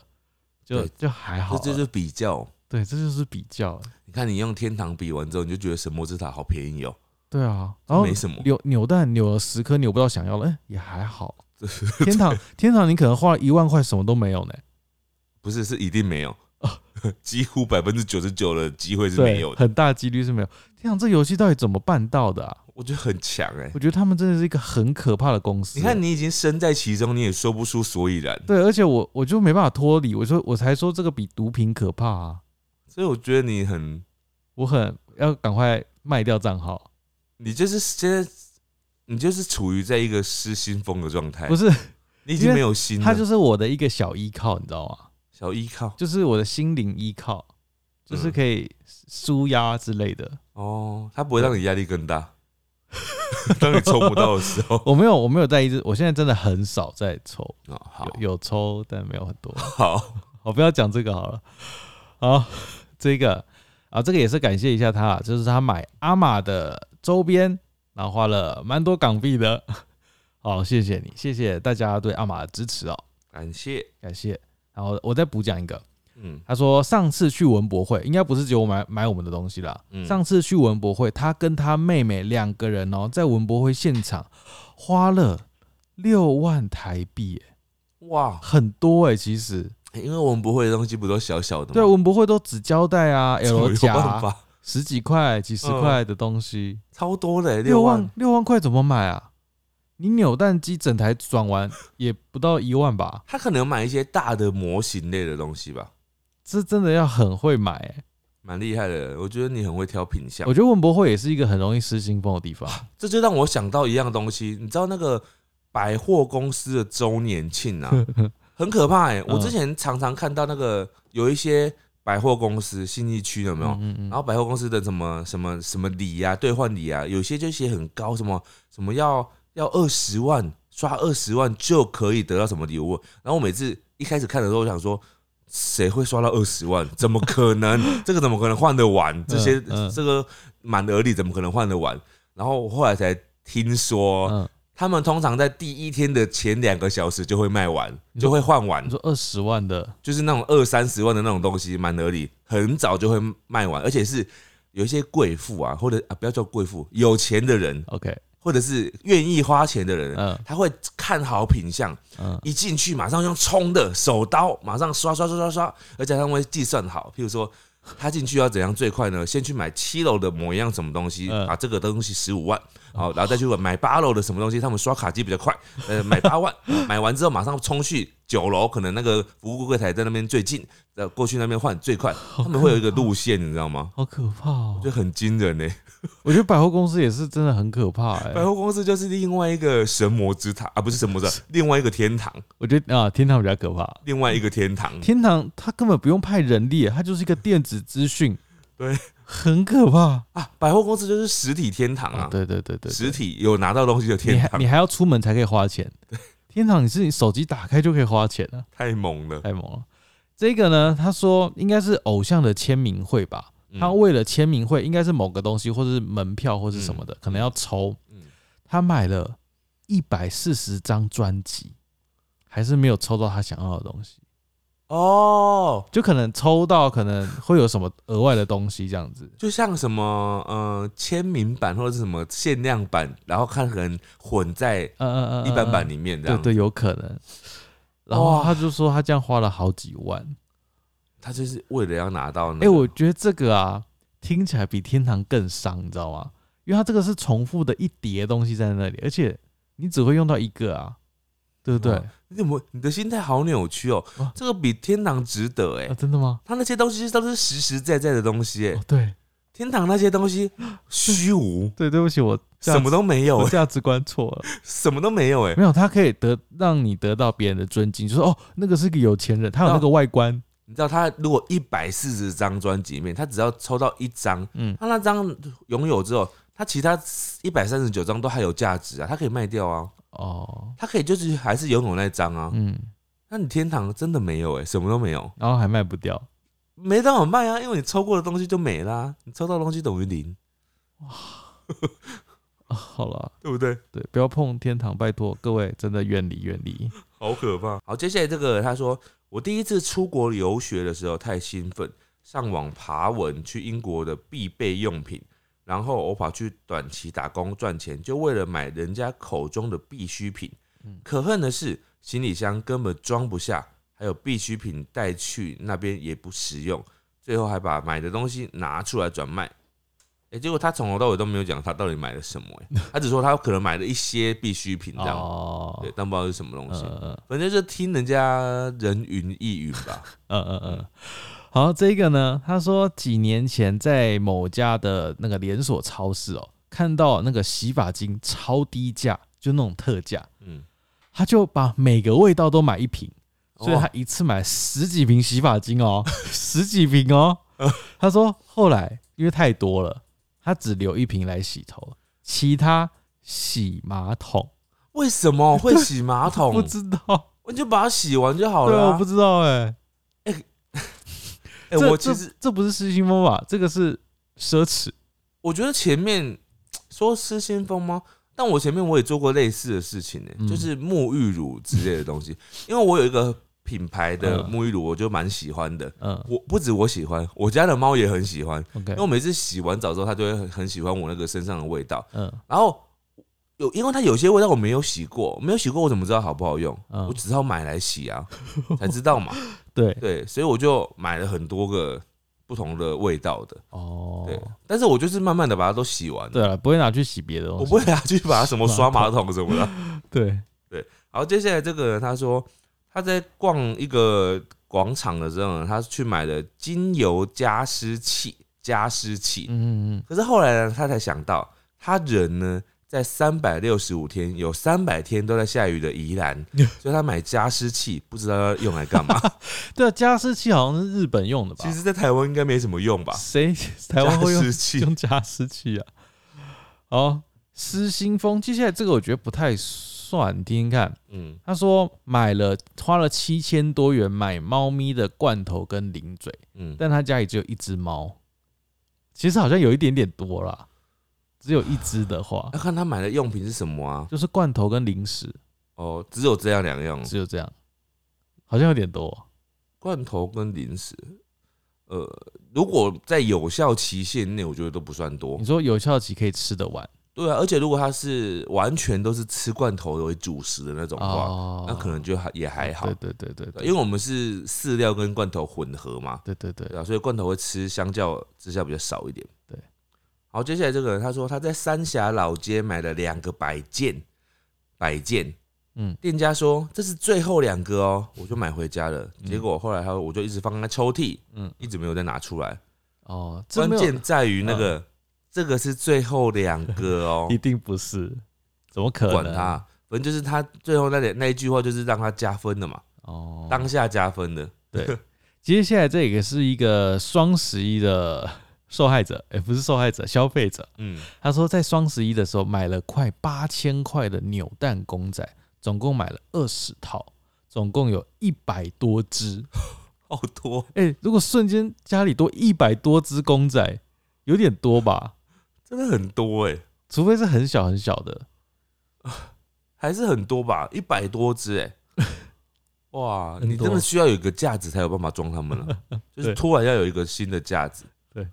A: 就
B: 对
A: 就还好
B: 这
A: 了，
B: 就是比较。
A: 对，这就是比较。
B: 你看，你用天堂比完之后，你就觉得神魔之塔好便宜哦。
A: 对啊，然后
B: 没什么
A: 扭扭蛋扭了十颗，扭不到想要的，哎、也还 好。天堂天堂，你可能花了一万块，什么都没有呢。
B: 不是，是一定没有， 几乎百分之九十九的机会是
A: 哦
B: 没
A: 对
B: 有，的。
A: 很大几率是没有。天堂这游戏到底怎么办到的啊？
B: 我觉得很强哎、
A: 我觉得他们真的是一个很可怕的公司。
B: 你看，，你已经身在其中，你也说不出所以然。
A: 对，而且我我就没办法脱离，我说我才说这个比毒品可怕啊！
B: 所以我觉得你很，
A: 我很要赶快卖掉账号，
B: 你就是现在，你就是处于在一个失心疯的状态
A: 不，是，
B: 你已
A: 因
B: 经
A: 为
B: 没有心了，
A: 它就是我的一个小依靠，你知道吗？
B: 小依靠
A: 就是我的心灵依靠，就是
B: 嗯
A: 可以舒压之类的。
B: 哦，它不会让你压力更大。 当你抽不到的时候，
A: 我没有，我没有在一直，我现在真的很少在抽，
B: 哦，好
A: 有有抽，但没有很多。
B: 好，
A: 好，不要讲这个好了。好，这个啊，这个也是感谢一下他啊，就是他买阿玛的周边，然后花了蛮多港币的。 好，谢谢你，谢谢大家对阿玛的支持哦，
B: 感谢，
A: 感谢。然后我再补讲一个，
B: 嗯
A: 他说上次去文博会，应该不是只有买买我们的东西啦。
B: 嗯
A: 上次去文博会，他跟他妹妹两个人哦，在文博会现场花了六万台币耶，
B: 哇，
A: 很多哎、其实
B: 因为我们不会的东西不都小小的吗？
A: 对文博会都只交代啊
B: 怎么
A: ，L
B: 有
A: 夹
B: 办法？
A: 十几块、几十块的东西，
B: 超多的、欸，
A: 六
B: 六
A: 万
B: 万，
A: 六万块怎么买啊？你扭蛋机整台转完也不到一万吧？
B: 他可能买一些大的模型类的东西吧，
A: 这真的要很会买、欸。
B: 蛮厉害的。我觉得你很会挑品相
A: 我，觉得文博会也是一个很容易失心疯的地方。
B: 这就让我想到一样东西，你知道那个百货公司的周年 庆啊，很可怕哎、我
A: 嗯
B: 之前常常看到那个有一些百货公司信义区有没有？
A: 嗯嗯
B: 然后百货公司的什么什么什么礼呀、兑换礼啊，有些就写很高，什么什么要要二十万，刷二十万就可以得到什么礼物。然后我每次一开始看的时候，我想说，谁会刷到二十万？怎么可能？这个怎么可能换得完？这些、
A: 嗯
B: 这个满额礼怎么可能换得完？然后我后来才听说，
A: 嗯，
B: 他们通常在第一天的前两个小时就会卖完，
A: 你说
B: 就会换完
A: 你，说二十万的，
B: 就是那种二三十万的那种东西，满额礼很早就会卖完，而且是有一些贵妇啊，或者啊不要叫贵妇，有钱的人，
A: OK，
B: 或者是愿意花钱的人，
A: 嗯
B: 他会看好品相，
A: 嗯
B: 一进去马上用冲的手刀，马上刷刷刷刷刷，而且他们会计算好，譬如说他进去要怎样最快呢？先去买七楼的某一样什么东西，啊
A: 嗯
B: 把这个东西十五万，好，然后再去买八楼的什么东西，他们刷卡机比较快，呃，买八万，买完之后马上冲去九楼，可能那个服务柜台在那边最近，呃，过去那边换最快，他们会有一个路线，你知道吗？
A: 好可怕哦！
B: 就很惊人呢、
A: 我觉得百货公司也是真的很可怕哎、
B: 百货公司就是另外一个神魔之塔啊，不是神魔之塔，另外一个天堂，
A: 我觉得啊，天堂比较可怕。
B: 另外一个天堂，
A: 天堂它根本不用派人力，它就是一个电子资讯，
B: 对，
A: 很可怕
B: 啊，百货公司就是实体天堂啊，
A: 哦对对对对，对
B: 实体有拿到东西的
A: 你
B: 天
A: 还
B: 堂
A: 你，还要出门才可以花钱。天堂你是你手机打开就可以花钱了、
B: 太猛了。
A: 太猛了。这个呢，他说应该是偶像的签名会吧，
B: 嗯
A: 他为了签名会，应该是某个东西或者是门票或是什么的，可能要抽
B: 嗯。
A: 他买了一百四十张专辑，还是没有抽到他想要的东西，
B: 哦，
A: 就可能抽到可能会有什么额外的东西这样子。
B: 就像什么呃签名版或者是什么限量版，然后看可能混在
A: 嗯嗯嗯嗯，
B: 一般版
A: 嗯，
B: 里面这
A: 对
B: 样。
A: 对，有可能。然后他就说他这样花了好几万。
B: 他就是为了要拿到那
A: 哎、
B: 个。
A: 我觉得这个啊，听起来比天堂更伤，你知道吗？因为它这个是重复的一叠东西在那里，而且你只会用到一个啊，对不对？
B: 哦你怎么你的心态好扭曲哦
A: 哇？
B: 这个比天堂值得哎、
A: 啊，真的吗？
B: 他那些东西都是实实在在的东西、哎
A: 哦，对
B: 天堂那些东西虚 无，
A: 对，对不起，我价值
B: 什么都没有、
A: 我
B: 哎
A: 价值观错了，
B: 什么都没有哎、
A: 没有，它可以得让你得到别人的尊敬，就说哦，那个是个有钱人，他有那个外观，
B: 你知道他如果一百四十张专辑里面，他只要抽到一张，
A: 嗯，
B: 他那张拥有之后，他其他一百三十九张都还有价值啊，他可以卖掉啊。
A: 哦，
B: 他可以就是还是拥有那一张啊。
A: 嗯，
B: 那你天堂真的没有哎、什么都没有，
A: 然后还卖不掉，
B: 没办法卖啊，因为你抽过的东西就没啦、你抽到的东西等于零，
A: 啊、好了，
B: 对不对？
A: 对，不要碰天堂，拜托各位，真的远离远离，
B: 好可怕。好，接下来这个他说，我第一次出国游学的时候太兴奋，上网爬文去英国的必备用品，然后我跑去短期打工赚钱，就为了买人家口中的必需品
A: 嗯。
B: 可恨的是，行李箱根本装不下，还有必需品带去那边也不实用，最后还把买的东西拿出来转卖。哎、结果他从头到尾都没有讲他到底买了什么、诶他只说他可能买了一些必需品这样，
A: 哦
B: 对，，但不知道是什么东西。
A: 呃。
B: 反正就听人家人云亦云吧。
A: 嗯嗯嗯，好，这个呢，他说几年前在某家的那个连锁超市哦，看到那个洗发精超低价，就那种特价，
B: 嗯，
A: 他就把每个味道都买一瓶，所以他
B: 哦
A: 一次买十几瓶洗发精 哦，十几瓶哦。他说后来因为太多了，他只留一瓶来洗头，其他洗马桶，
B: 为 什么会洗马
A: 不
B: 桶？
A: 知道，
B: 我就把它洗完就哦好
A: 对，
B: 了
A: 我
B: 啊、
A: 不知道哎、
B: 哎、
A: 这
B: 我其
A: 这
B: 实
A: 这不是失心疯吧？这个是奢侈。
B: 我觉得前面说失心疯吗？但我前面我也做过类似的事情呢、欸
A: 嗯
B: 就是沐浴乳之类的东西。 因为我有一个品牌的
A: 嗯
B: 沐浴乳，我就蛮喜欢的。
A: 嗯
B: 我不止我喜欢，我家的猫也很喜欢。
A: ，OK，
B: 因为我每次洗完澡之后，它就会很很喜欢我那个身上的味道。
A: 嗯
B: 然后有，因为它有些味道我没有洗过，没有洗过我怎么知道好不好用？
A: 嗯
B: 我只好买来 洗啊，才知道嘛。
A: 对，
B: 对，所以我就买了很多个不同的味道的，
A: 哦，
B: 对。但是我就是慢慢的把它都洗完，
A: 对了，啊不会拿去洗别的东西。
B: 我不会拿去把它什么刷马桶什么的。
A: 对，
B: 好，接下来这个人他说他在逛一个广场的时候呢，他去买了精油加湿器，加湿器，
A: 嗯嗯
B: 可是后来呢，他才想到，他人呢在三百六十五天有三百天都在下雨的宜 兰，所以他买加湿器，不知道要用来干嘛。
A: 嗯，对啊，加湿器好像是日本用的吧？
B: 其实，在台湾应该没什么用吧？
A: 谁台湾会
B: 加
A: 用
B: 湿器
A: 用加湿器啊？好，失心疯，接下来这个我觉得不太算，你听听看。
B: 嗯，
A: 他说买了花了七千多元买猫咪的罐头跟零嘴，
B: 嗯，
A: 但他家里只有一只猫，其实好像有一点点多啦，只有一只的话
B: 要，看他买的用品是什么啊？
A: 就是罐头跟零食，
B: 哦，只有这样两样，
A: 只有这样，好像有点多哦、
B: 罐头跟零食。呃，如果在有效期限内，我觉得都不算多
A: 嗯你。说有效期可以吃得完，
B: 对啊，而且如果他是完全都是吃罐头为主食的那种话，那可能就还也还好
A: 哦对，对对对
B: 对啊
A: 对，
B: 因为我们是饲料跟罐头混合嘛，
A: 对对对
B: 对啊，所以罐头会吃相较之下比较少一点。
A: 对，
B: 好，接下来这个人他说他在三峡老街买了两个摆件，摆件，
A: 嗯，
B: 店家说这是最后两个哦，我就买回家了。结果后来他我就一直放在抽屉，
A: 嗯
B: 一直没有再拿出来。
A: 哦，这
B: 关
A: 没有嗯
B: 键在于那个，这个是最后两个哦
A: 一，定不是，怎么可能？
B: 管他，反正就是他最后那点那一句话就是让他加分的嘛，
A: 哦，
B: 当下加分的。
A: 对，接下来这也是一个双十一的 受害者，也、不是受害者，消费者。
B: 嗯，
A: 他说在双十一的时候买了快八千块的扭蛋公仔，总共买了二十套，总共有一百多只。
B: 好多，
A: 哎、如果瞬间家里多一百多只公仔，有点多吧？
B: 真的很多哎、
A: 除非是很小很小的，
B: 还是很多吧，一百多 只哎、哇，
A: 很多
B: 你真的需要有一个架子才有办法装它 们了，就是
A: 对
B: 突然要有一个新的架子。
A: 对，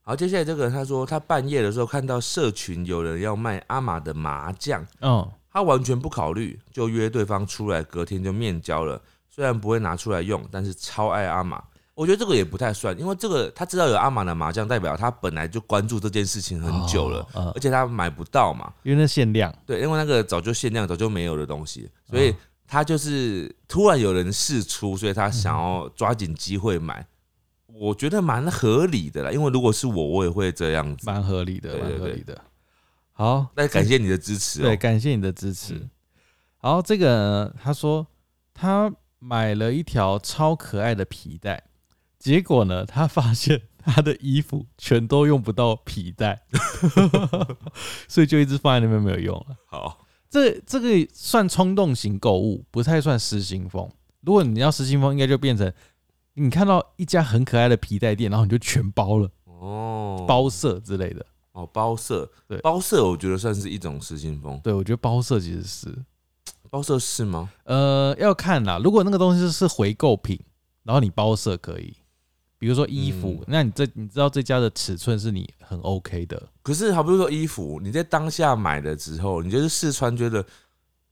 B: 好，接下来这个人他说他半夜的时候看到社群有人要卖阿玛的麻将，
A: 嗯，
B: 他完全不考虑，就约对方出来，隔天就面交了。虽然不会拿出来用，但是超爱阿玛。我觉得这个也不太算，因为这个他知道有阿玛的麻将，代表他本来就关注这件事情很久了，
A: 哦
B: 而
A: 呃，
B: 且他买不到嘛。
A: 因为那限量，
B: 对，因为那个早就限量，早就没有的东西，所
A: 嗯
B: 以他就是突然有人试出，所以他想要抓紧机会买。我觉得蛮合理的啦，因为如果是我，我也会这样子。
A: 蛮合理的，
B: 对
A: 蛮
B: 对对
A: 合理的。好，
B: 那感谢你的支持哦、
A: 对，感谢你的支持。
B: 嗯
A: 然后这个呢他说他买了一条超可爱的皮带，结果呢，他发现他的衣服全都用不到皮带， 所以就一直放在那边没有用了。
B: 好，
A: 这这个算冲动型购物，不太算失心疯。如果你要失心疯，应该就变成你看到一家很可爱的皮带店，然后你就全包了，
B: 哦，
A: 包色之类的。
B: 哦，包色，
A: 对
B: 包色，我觉得算是一种失心疯。
A: 对，我觉得包色其实是
B: 包色是吗？
A: 呃，要看啦。如果那个东西是回购品，然后你包色可以，比如说衣服，
B: 嗯
A: 那你这你知道这家的尺寸是你很 OK 的，
B: 可是，好比说衣服，你在当下买了之后，你就是试穿，觉得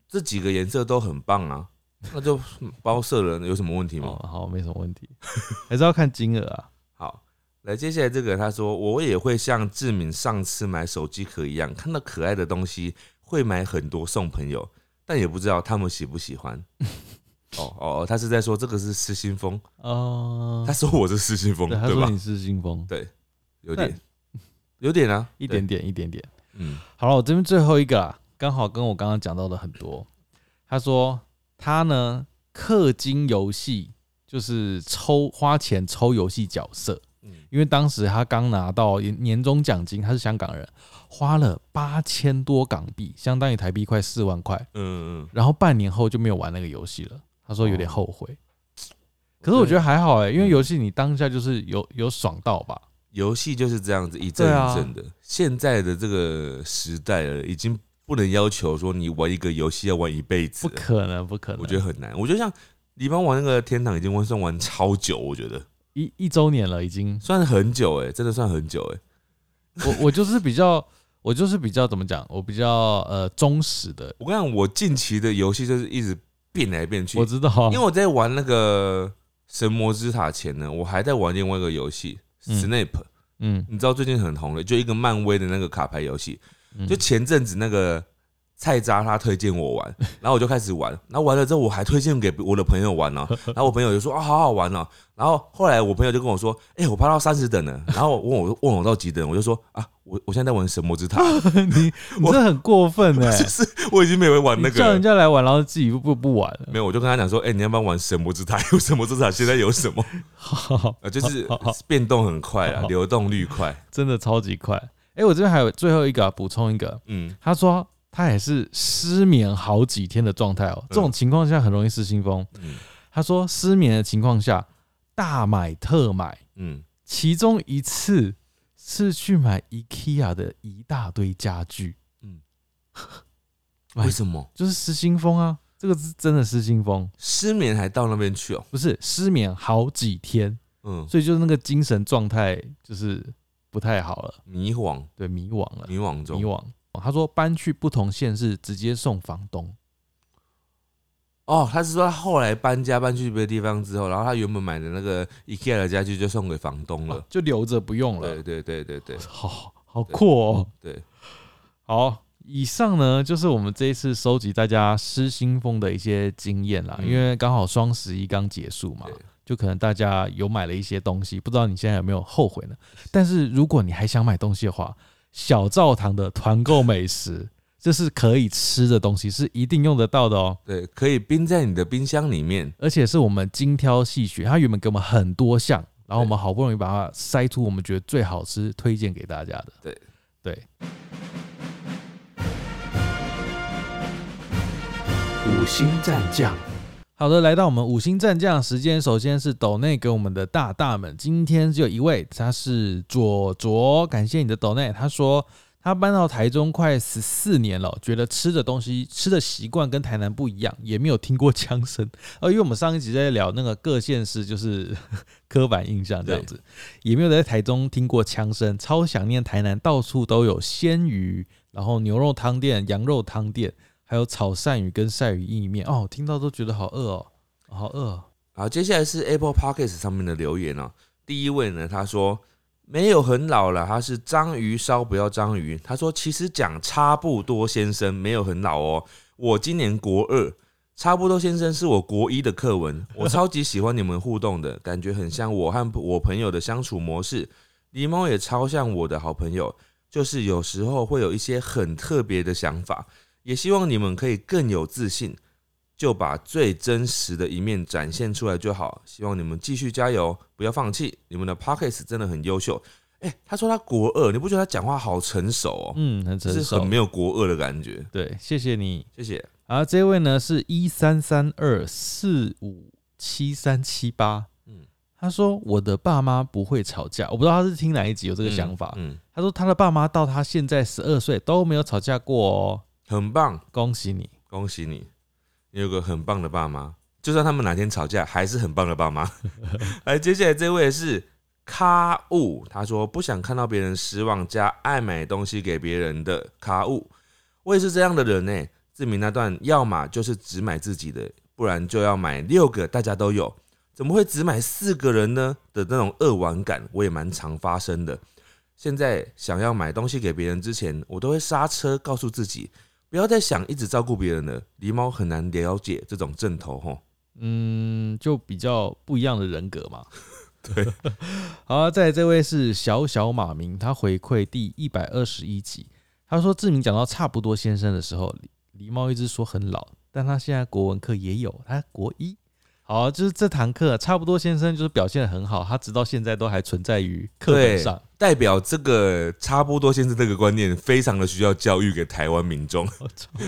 B: 这几个颜色都很棒啊，那就 包色了，有什么问题吗？
A: 哦，好，没什么问题， 还是要看金额啊。
B: 好，来接下来这个，他说我也会像志敏上次买手机壳一样，看到可爱的东西会买很多送朋友，但也不知道他们喜不喜 欢。哦哦，哦，他是在说这个是失心疯，
A: 哦、
B: 他说我是失心疯，
A: 对，啊他
B: 对
A: 说
B: 吧
A: 你？是信封，
B: 有点，有点啊，
A: 一点点，一点点。
B: 对，嗯，
A: 好了，我这边最后一个啦，刚好跟我刚刚讲到的很多。他说他呢氪金游戏就是抽花钱抽游戏角色，
B: 嗯
A: 因为当时他刚拿到年年终奖金，他是香港人，花了八千多港币，相当于台币快四万块，
B: 嗯嗯，
A: 然后半年后就没有玩那个游戏了。他说有点后悔，可是我觉得还好哎、因为游戏你当下就是有有爽到吧？
B: 游戏就是这样子一阵一阵的。
A: 啊
B: 现在的这个时代了，已经不能要求说你玩一个游戏要玩一辈子
A: 不
B: 了，
A: 可能，不可能，
B: 我觉得很难。我觉得像黎邦玩那个天堂已经玩算玩超久，我觉得。
A: 一一周年了已经。
B: 算很久哎、真的算很久哎、
A: 我我就是比较，我就是比较怎么讲，我比较呃忠实的，
B: 我跟你讲，我近期的游戏就是一直变来变去，
A: 我知道啊，
B: 因为我在玩那个神魔之塔前呢，我还在玩另外一个游戏
A: 嗯
B: Snap，、
A: 嗯
B: 你知道最近很红的，就一个漫威的那个卡牌游戏，
A: 嗯，
B: 就前阵子那个。菜渣他推荐我 玩，然后我就开始玩，然后玩了之后我还推荐给我的朋友 玩哦，然后我朋友就说啊好好玩哦，然后后来我朋友就跟我说，哎、我爬到三十等了，然后问我问我到几等，我就说啊我我现在在玩神 魔之塔，
A: 你你
B: 我
A: 这很过分哎、
B: 就是我已经没有玩那
A: 你
B: 个
A: 叫人
B: 了。
A: 家来玩，然后自己不不不玩了，
B: 没有，我就跟他讲说，哎、你要不要玩神魔之塔？ 有神魔之塔现在有什么？
A: 好，
B: 啊，就是
A: 好好好
B: 变动很快啊
A: 好，好
B: 流动率快。
A: 真的超级快。哎、我这边还有最后一个啊补、充一个，
B: 嗯，
A: 他说他也是失眠好几天的状态哦，这种情况下很容易失心疯。
B: 嗯
A: 他说失眠的情况下大买特买，
B: 嗯，
A: 其中一次是去买 IKEA 的一大堆家具，
B: 嗯
A: 嗯，哎
B: 为什么
A: 就是失心疯啊，这个是真的失心疯，
B: 失眠还到那边去哦？
A: 不是失眠好几天，
B: 嗯，
A: 所以就是那个精神状态就是不太好了，
B: 迷惘，
A: 对，迷惘了，
B: 迷惘中
A: 迷。惘。哦他说搬去不同县市直接送房东，
B: 哦，他是说他后来搬家搬去别的地方之后，然后他原本买的那个 IKEA 的家具就送给房东了。
A: 哦就留着不用了
B: 嗯对。对对对对
A: 好好酷哦！
B: 对，
A: 好，以上呢就是我们这一次收集大家失心疯的一些经验啦，
B: 嗯
A: 因为刚好双十一刚结束嘛
B: 对，
A: 就可能大家有买了一些东西，不知道你现在有没有后悔呢？但是如果你还想买东西的话，小灶堂的团购美食，这是可以吃的东西，是一定用得到的哦。
B: 对，可以冰在你的冰箱里面。
A: 而且是我们精挑细选，它原本给我们很多项，然后我们好不容易把它筛出我们觉得最好吃，推荐给大家的。
B: 对
A: 对，
C: 五星战将，
A: 好的，来到我们五星战将时间，首先是斗内给我们的大大们，今天只有一位，他是左卓，感谢你的斗内。他说他搬到台中快十四年了，觉得吃的东西、吃的习惯跟台南不一样，也没有听过枪声。呃，因为我们上一集在聊那个各县市就是 刻板印象这样子，也没有在台中听过枪声，超想念台南，到处都有鲜鱼，然后牛肉汤店、羊肉汤店。还有炒鳝鱼跟鳝鱼意面哦，听到都觉得好饿哦，好饿、哦。
B: 好，接下来是 Apple Podcast 上面的留言哦。第一位呢，他说没有很老了，他是章鱼烧不要章鱼。他说其实讲差不多先生没有很老哦，我今年国二。差不多先生是我国一的 课文，我超级喜欢你们互动的感觉，很像我和我朋友的相处模式。狸猫也超像我的好朋友，就是有时候会有一些很特别的想法，也希望你们可以更有自信，就把最真实的一面展现出来就好。希望你们继续加油，不要放弃。你们的 Pockets 真的很优秀。哎、他说他国二，你不觉得他讲话好成熟哦？
A: 嗯，很成
B: 就是
A: 熟，
B: 很没有国二的感觉。
A: 对，谢谢你。
B: 谢谢。
A: 好，这位呢是一三三二四五七三七八，嗯
B: 嗯，
A: 他说我的爸妈不会吵架，我不知道他是听哪一集有这
B: 这
A: 个想法。
B: 嗯，嗯
A: 他说他的爸妈到他现在十二岁都没有吵架过哦，
B: 很棒，
A: 恭喜你。
B: 恭喜你，你有个很棒的爸妈。就算他们哪天吵架，还是很棒的爸妈。来，接下来这位是卡物，他说不想看到别人失望加爱买东西给别人的卡物。我也是这样的人呢、志明那段，要么就是只买自己的，不然就要买六个大家都有。怎么会只买四个人呢？的那种扼腕感，我也蛮常发生的。现在想要买东西给别人之前，我都会刹车，告诉自己不要再想一直照顾别人了。狸猫很难了解这种阵头吼。
A: 嗯，就比较不一样的人格嘛。
B: 对，
A: 好，再来这位是小小马明，他回馈第一百二十一集，他说志明讲到差不多先生的时候，狸猫一直说很老，但他现在国文课也有，他国一。好，就是这堂课差不多先生就是表现得很好，他直到现在都还存在于课本
B: 对
A: 上。
B: 代表这个差不多先生这个观念，非常的需要教育给台湾民众，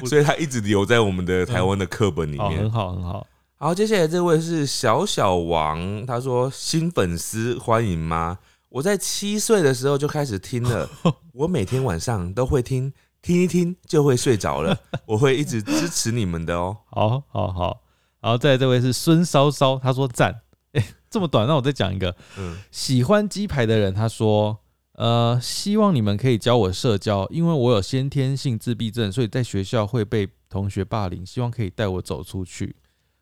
B: 所以他一直留在我们的台湾的课本里
A: 哦，
B: 面
A: 很。好，很好。
B: 好，接下来这位是小小王，他说新粉丝欢迎吗？我在七岁的时候就开始听了，我每天晚上都会听，听一听就会睡着了。我会一直支持你们的哦。
A: 好好好，然后再来这位是孙骚骚，他说赞，哎、这么短，那我再讲一个，
B: 嗯
A: 喜欢鸡排的人，他说，呃，希望你们可以教我社交，因为我有先天性自闭症，所以在学校会被同学霸凌，希望可以带我走出去。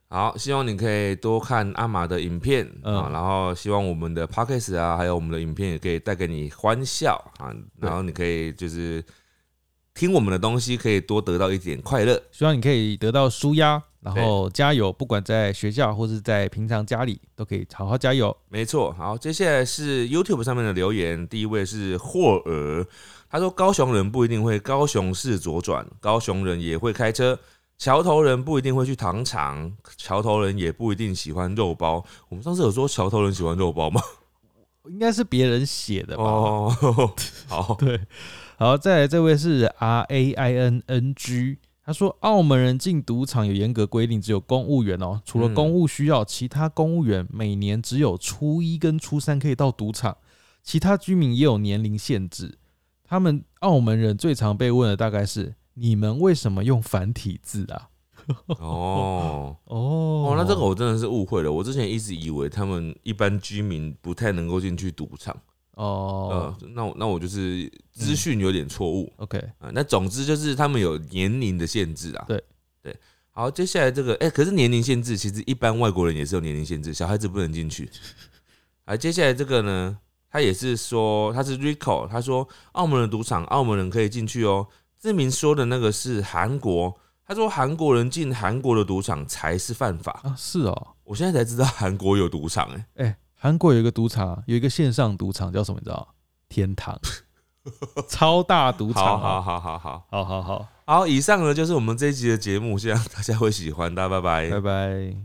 B: 好，希望你可以多看阿玛的影片
A: 嗯
B: 啊，然后希望我们的 podcast 啊，还有我们的影片也可以带给你欢笑啊，然后你可以就是听我们的东西，可以多得到一点快乐。
A: 希望你可以得到舒压，然后加油，不管在学校或是在平常家里，都可以好好加油。
B: 没错，好，接下来是 YouTube 上面的留言，第一位是霍尔，他说高雄人不一定会高雄市左转，高雄人也会开车，桥头人不一定会去糖厂，桥头人也不一定喜欢肉包。我们上次有说桥头人喜欢肉包吗？
A: 应该是别人写的吧？
B: 哦， 好，
A: 对，好，再来这位是 R A I N N G，他说澳门人进赌场有严格规定，只有公务员哦，除了
B: 嗯
A: 公务需要，其他公务员每年只有初一跟初三可以到赌场，其他居民也有年龄限制。他们澳门人最常被问的大概是：你们为什么用繁体字啊？
B: 哦。
A: 哦，
B: 哦，那这个我真的是误会了。我之前一直以为他们一般居民不太能够进去赌场，
A: 哦、
B: 呃，那我那我就是资讯有点错误
A: o k
B: 啊。那总之就是他们有年龄的限制啊。
A: 对
B: 对，好，接下来这个，哎、可是年龄限制，其实一般外国人也是有年龄限制，小孩子不能进去。啊，接下来这个呢，他也是说他是 Rico，他说澳门的赌场，澳门人可以进去哦。志明说的那个是韩国，他说韩国人进韩国的赌场才是犯法。
A: 啊，是哦，
B: 我现在才知道韩国有赌场、哎，
A: 哎、韩国有一个赌场啊，有一个线上赌场叫什么？你知道？天 堂，超大赌场
B: 好
A: 啊、
B: 好好好好。
A: 好好好，
B: 好，以上呢就是我们这一集的节目，希望大家会喜欢，大家拜拜
A: 拜拜。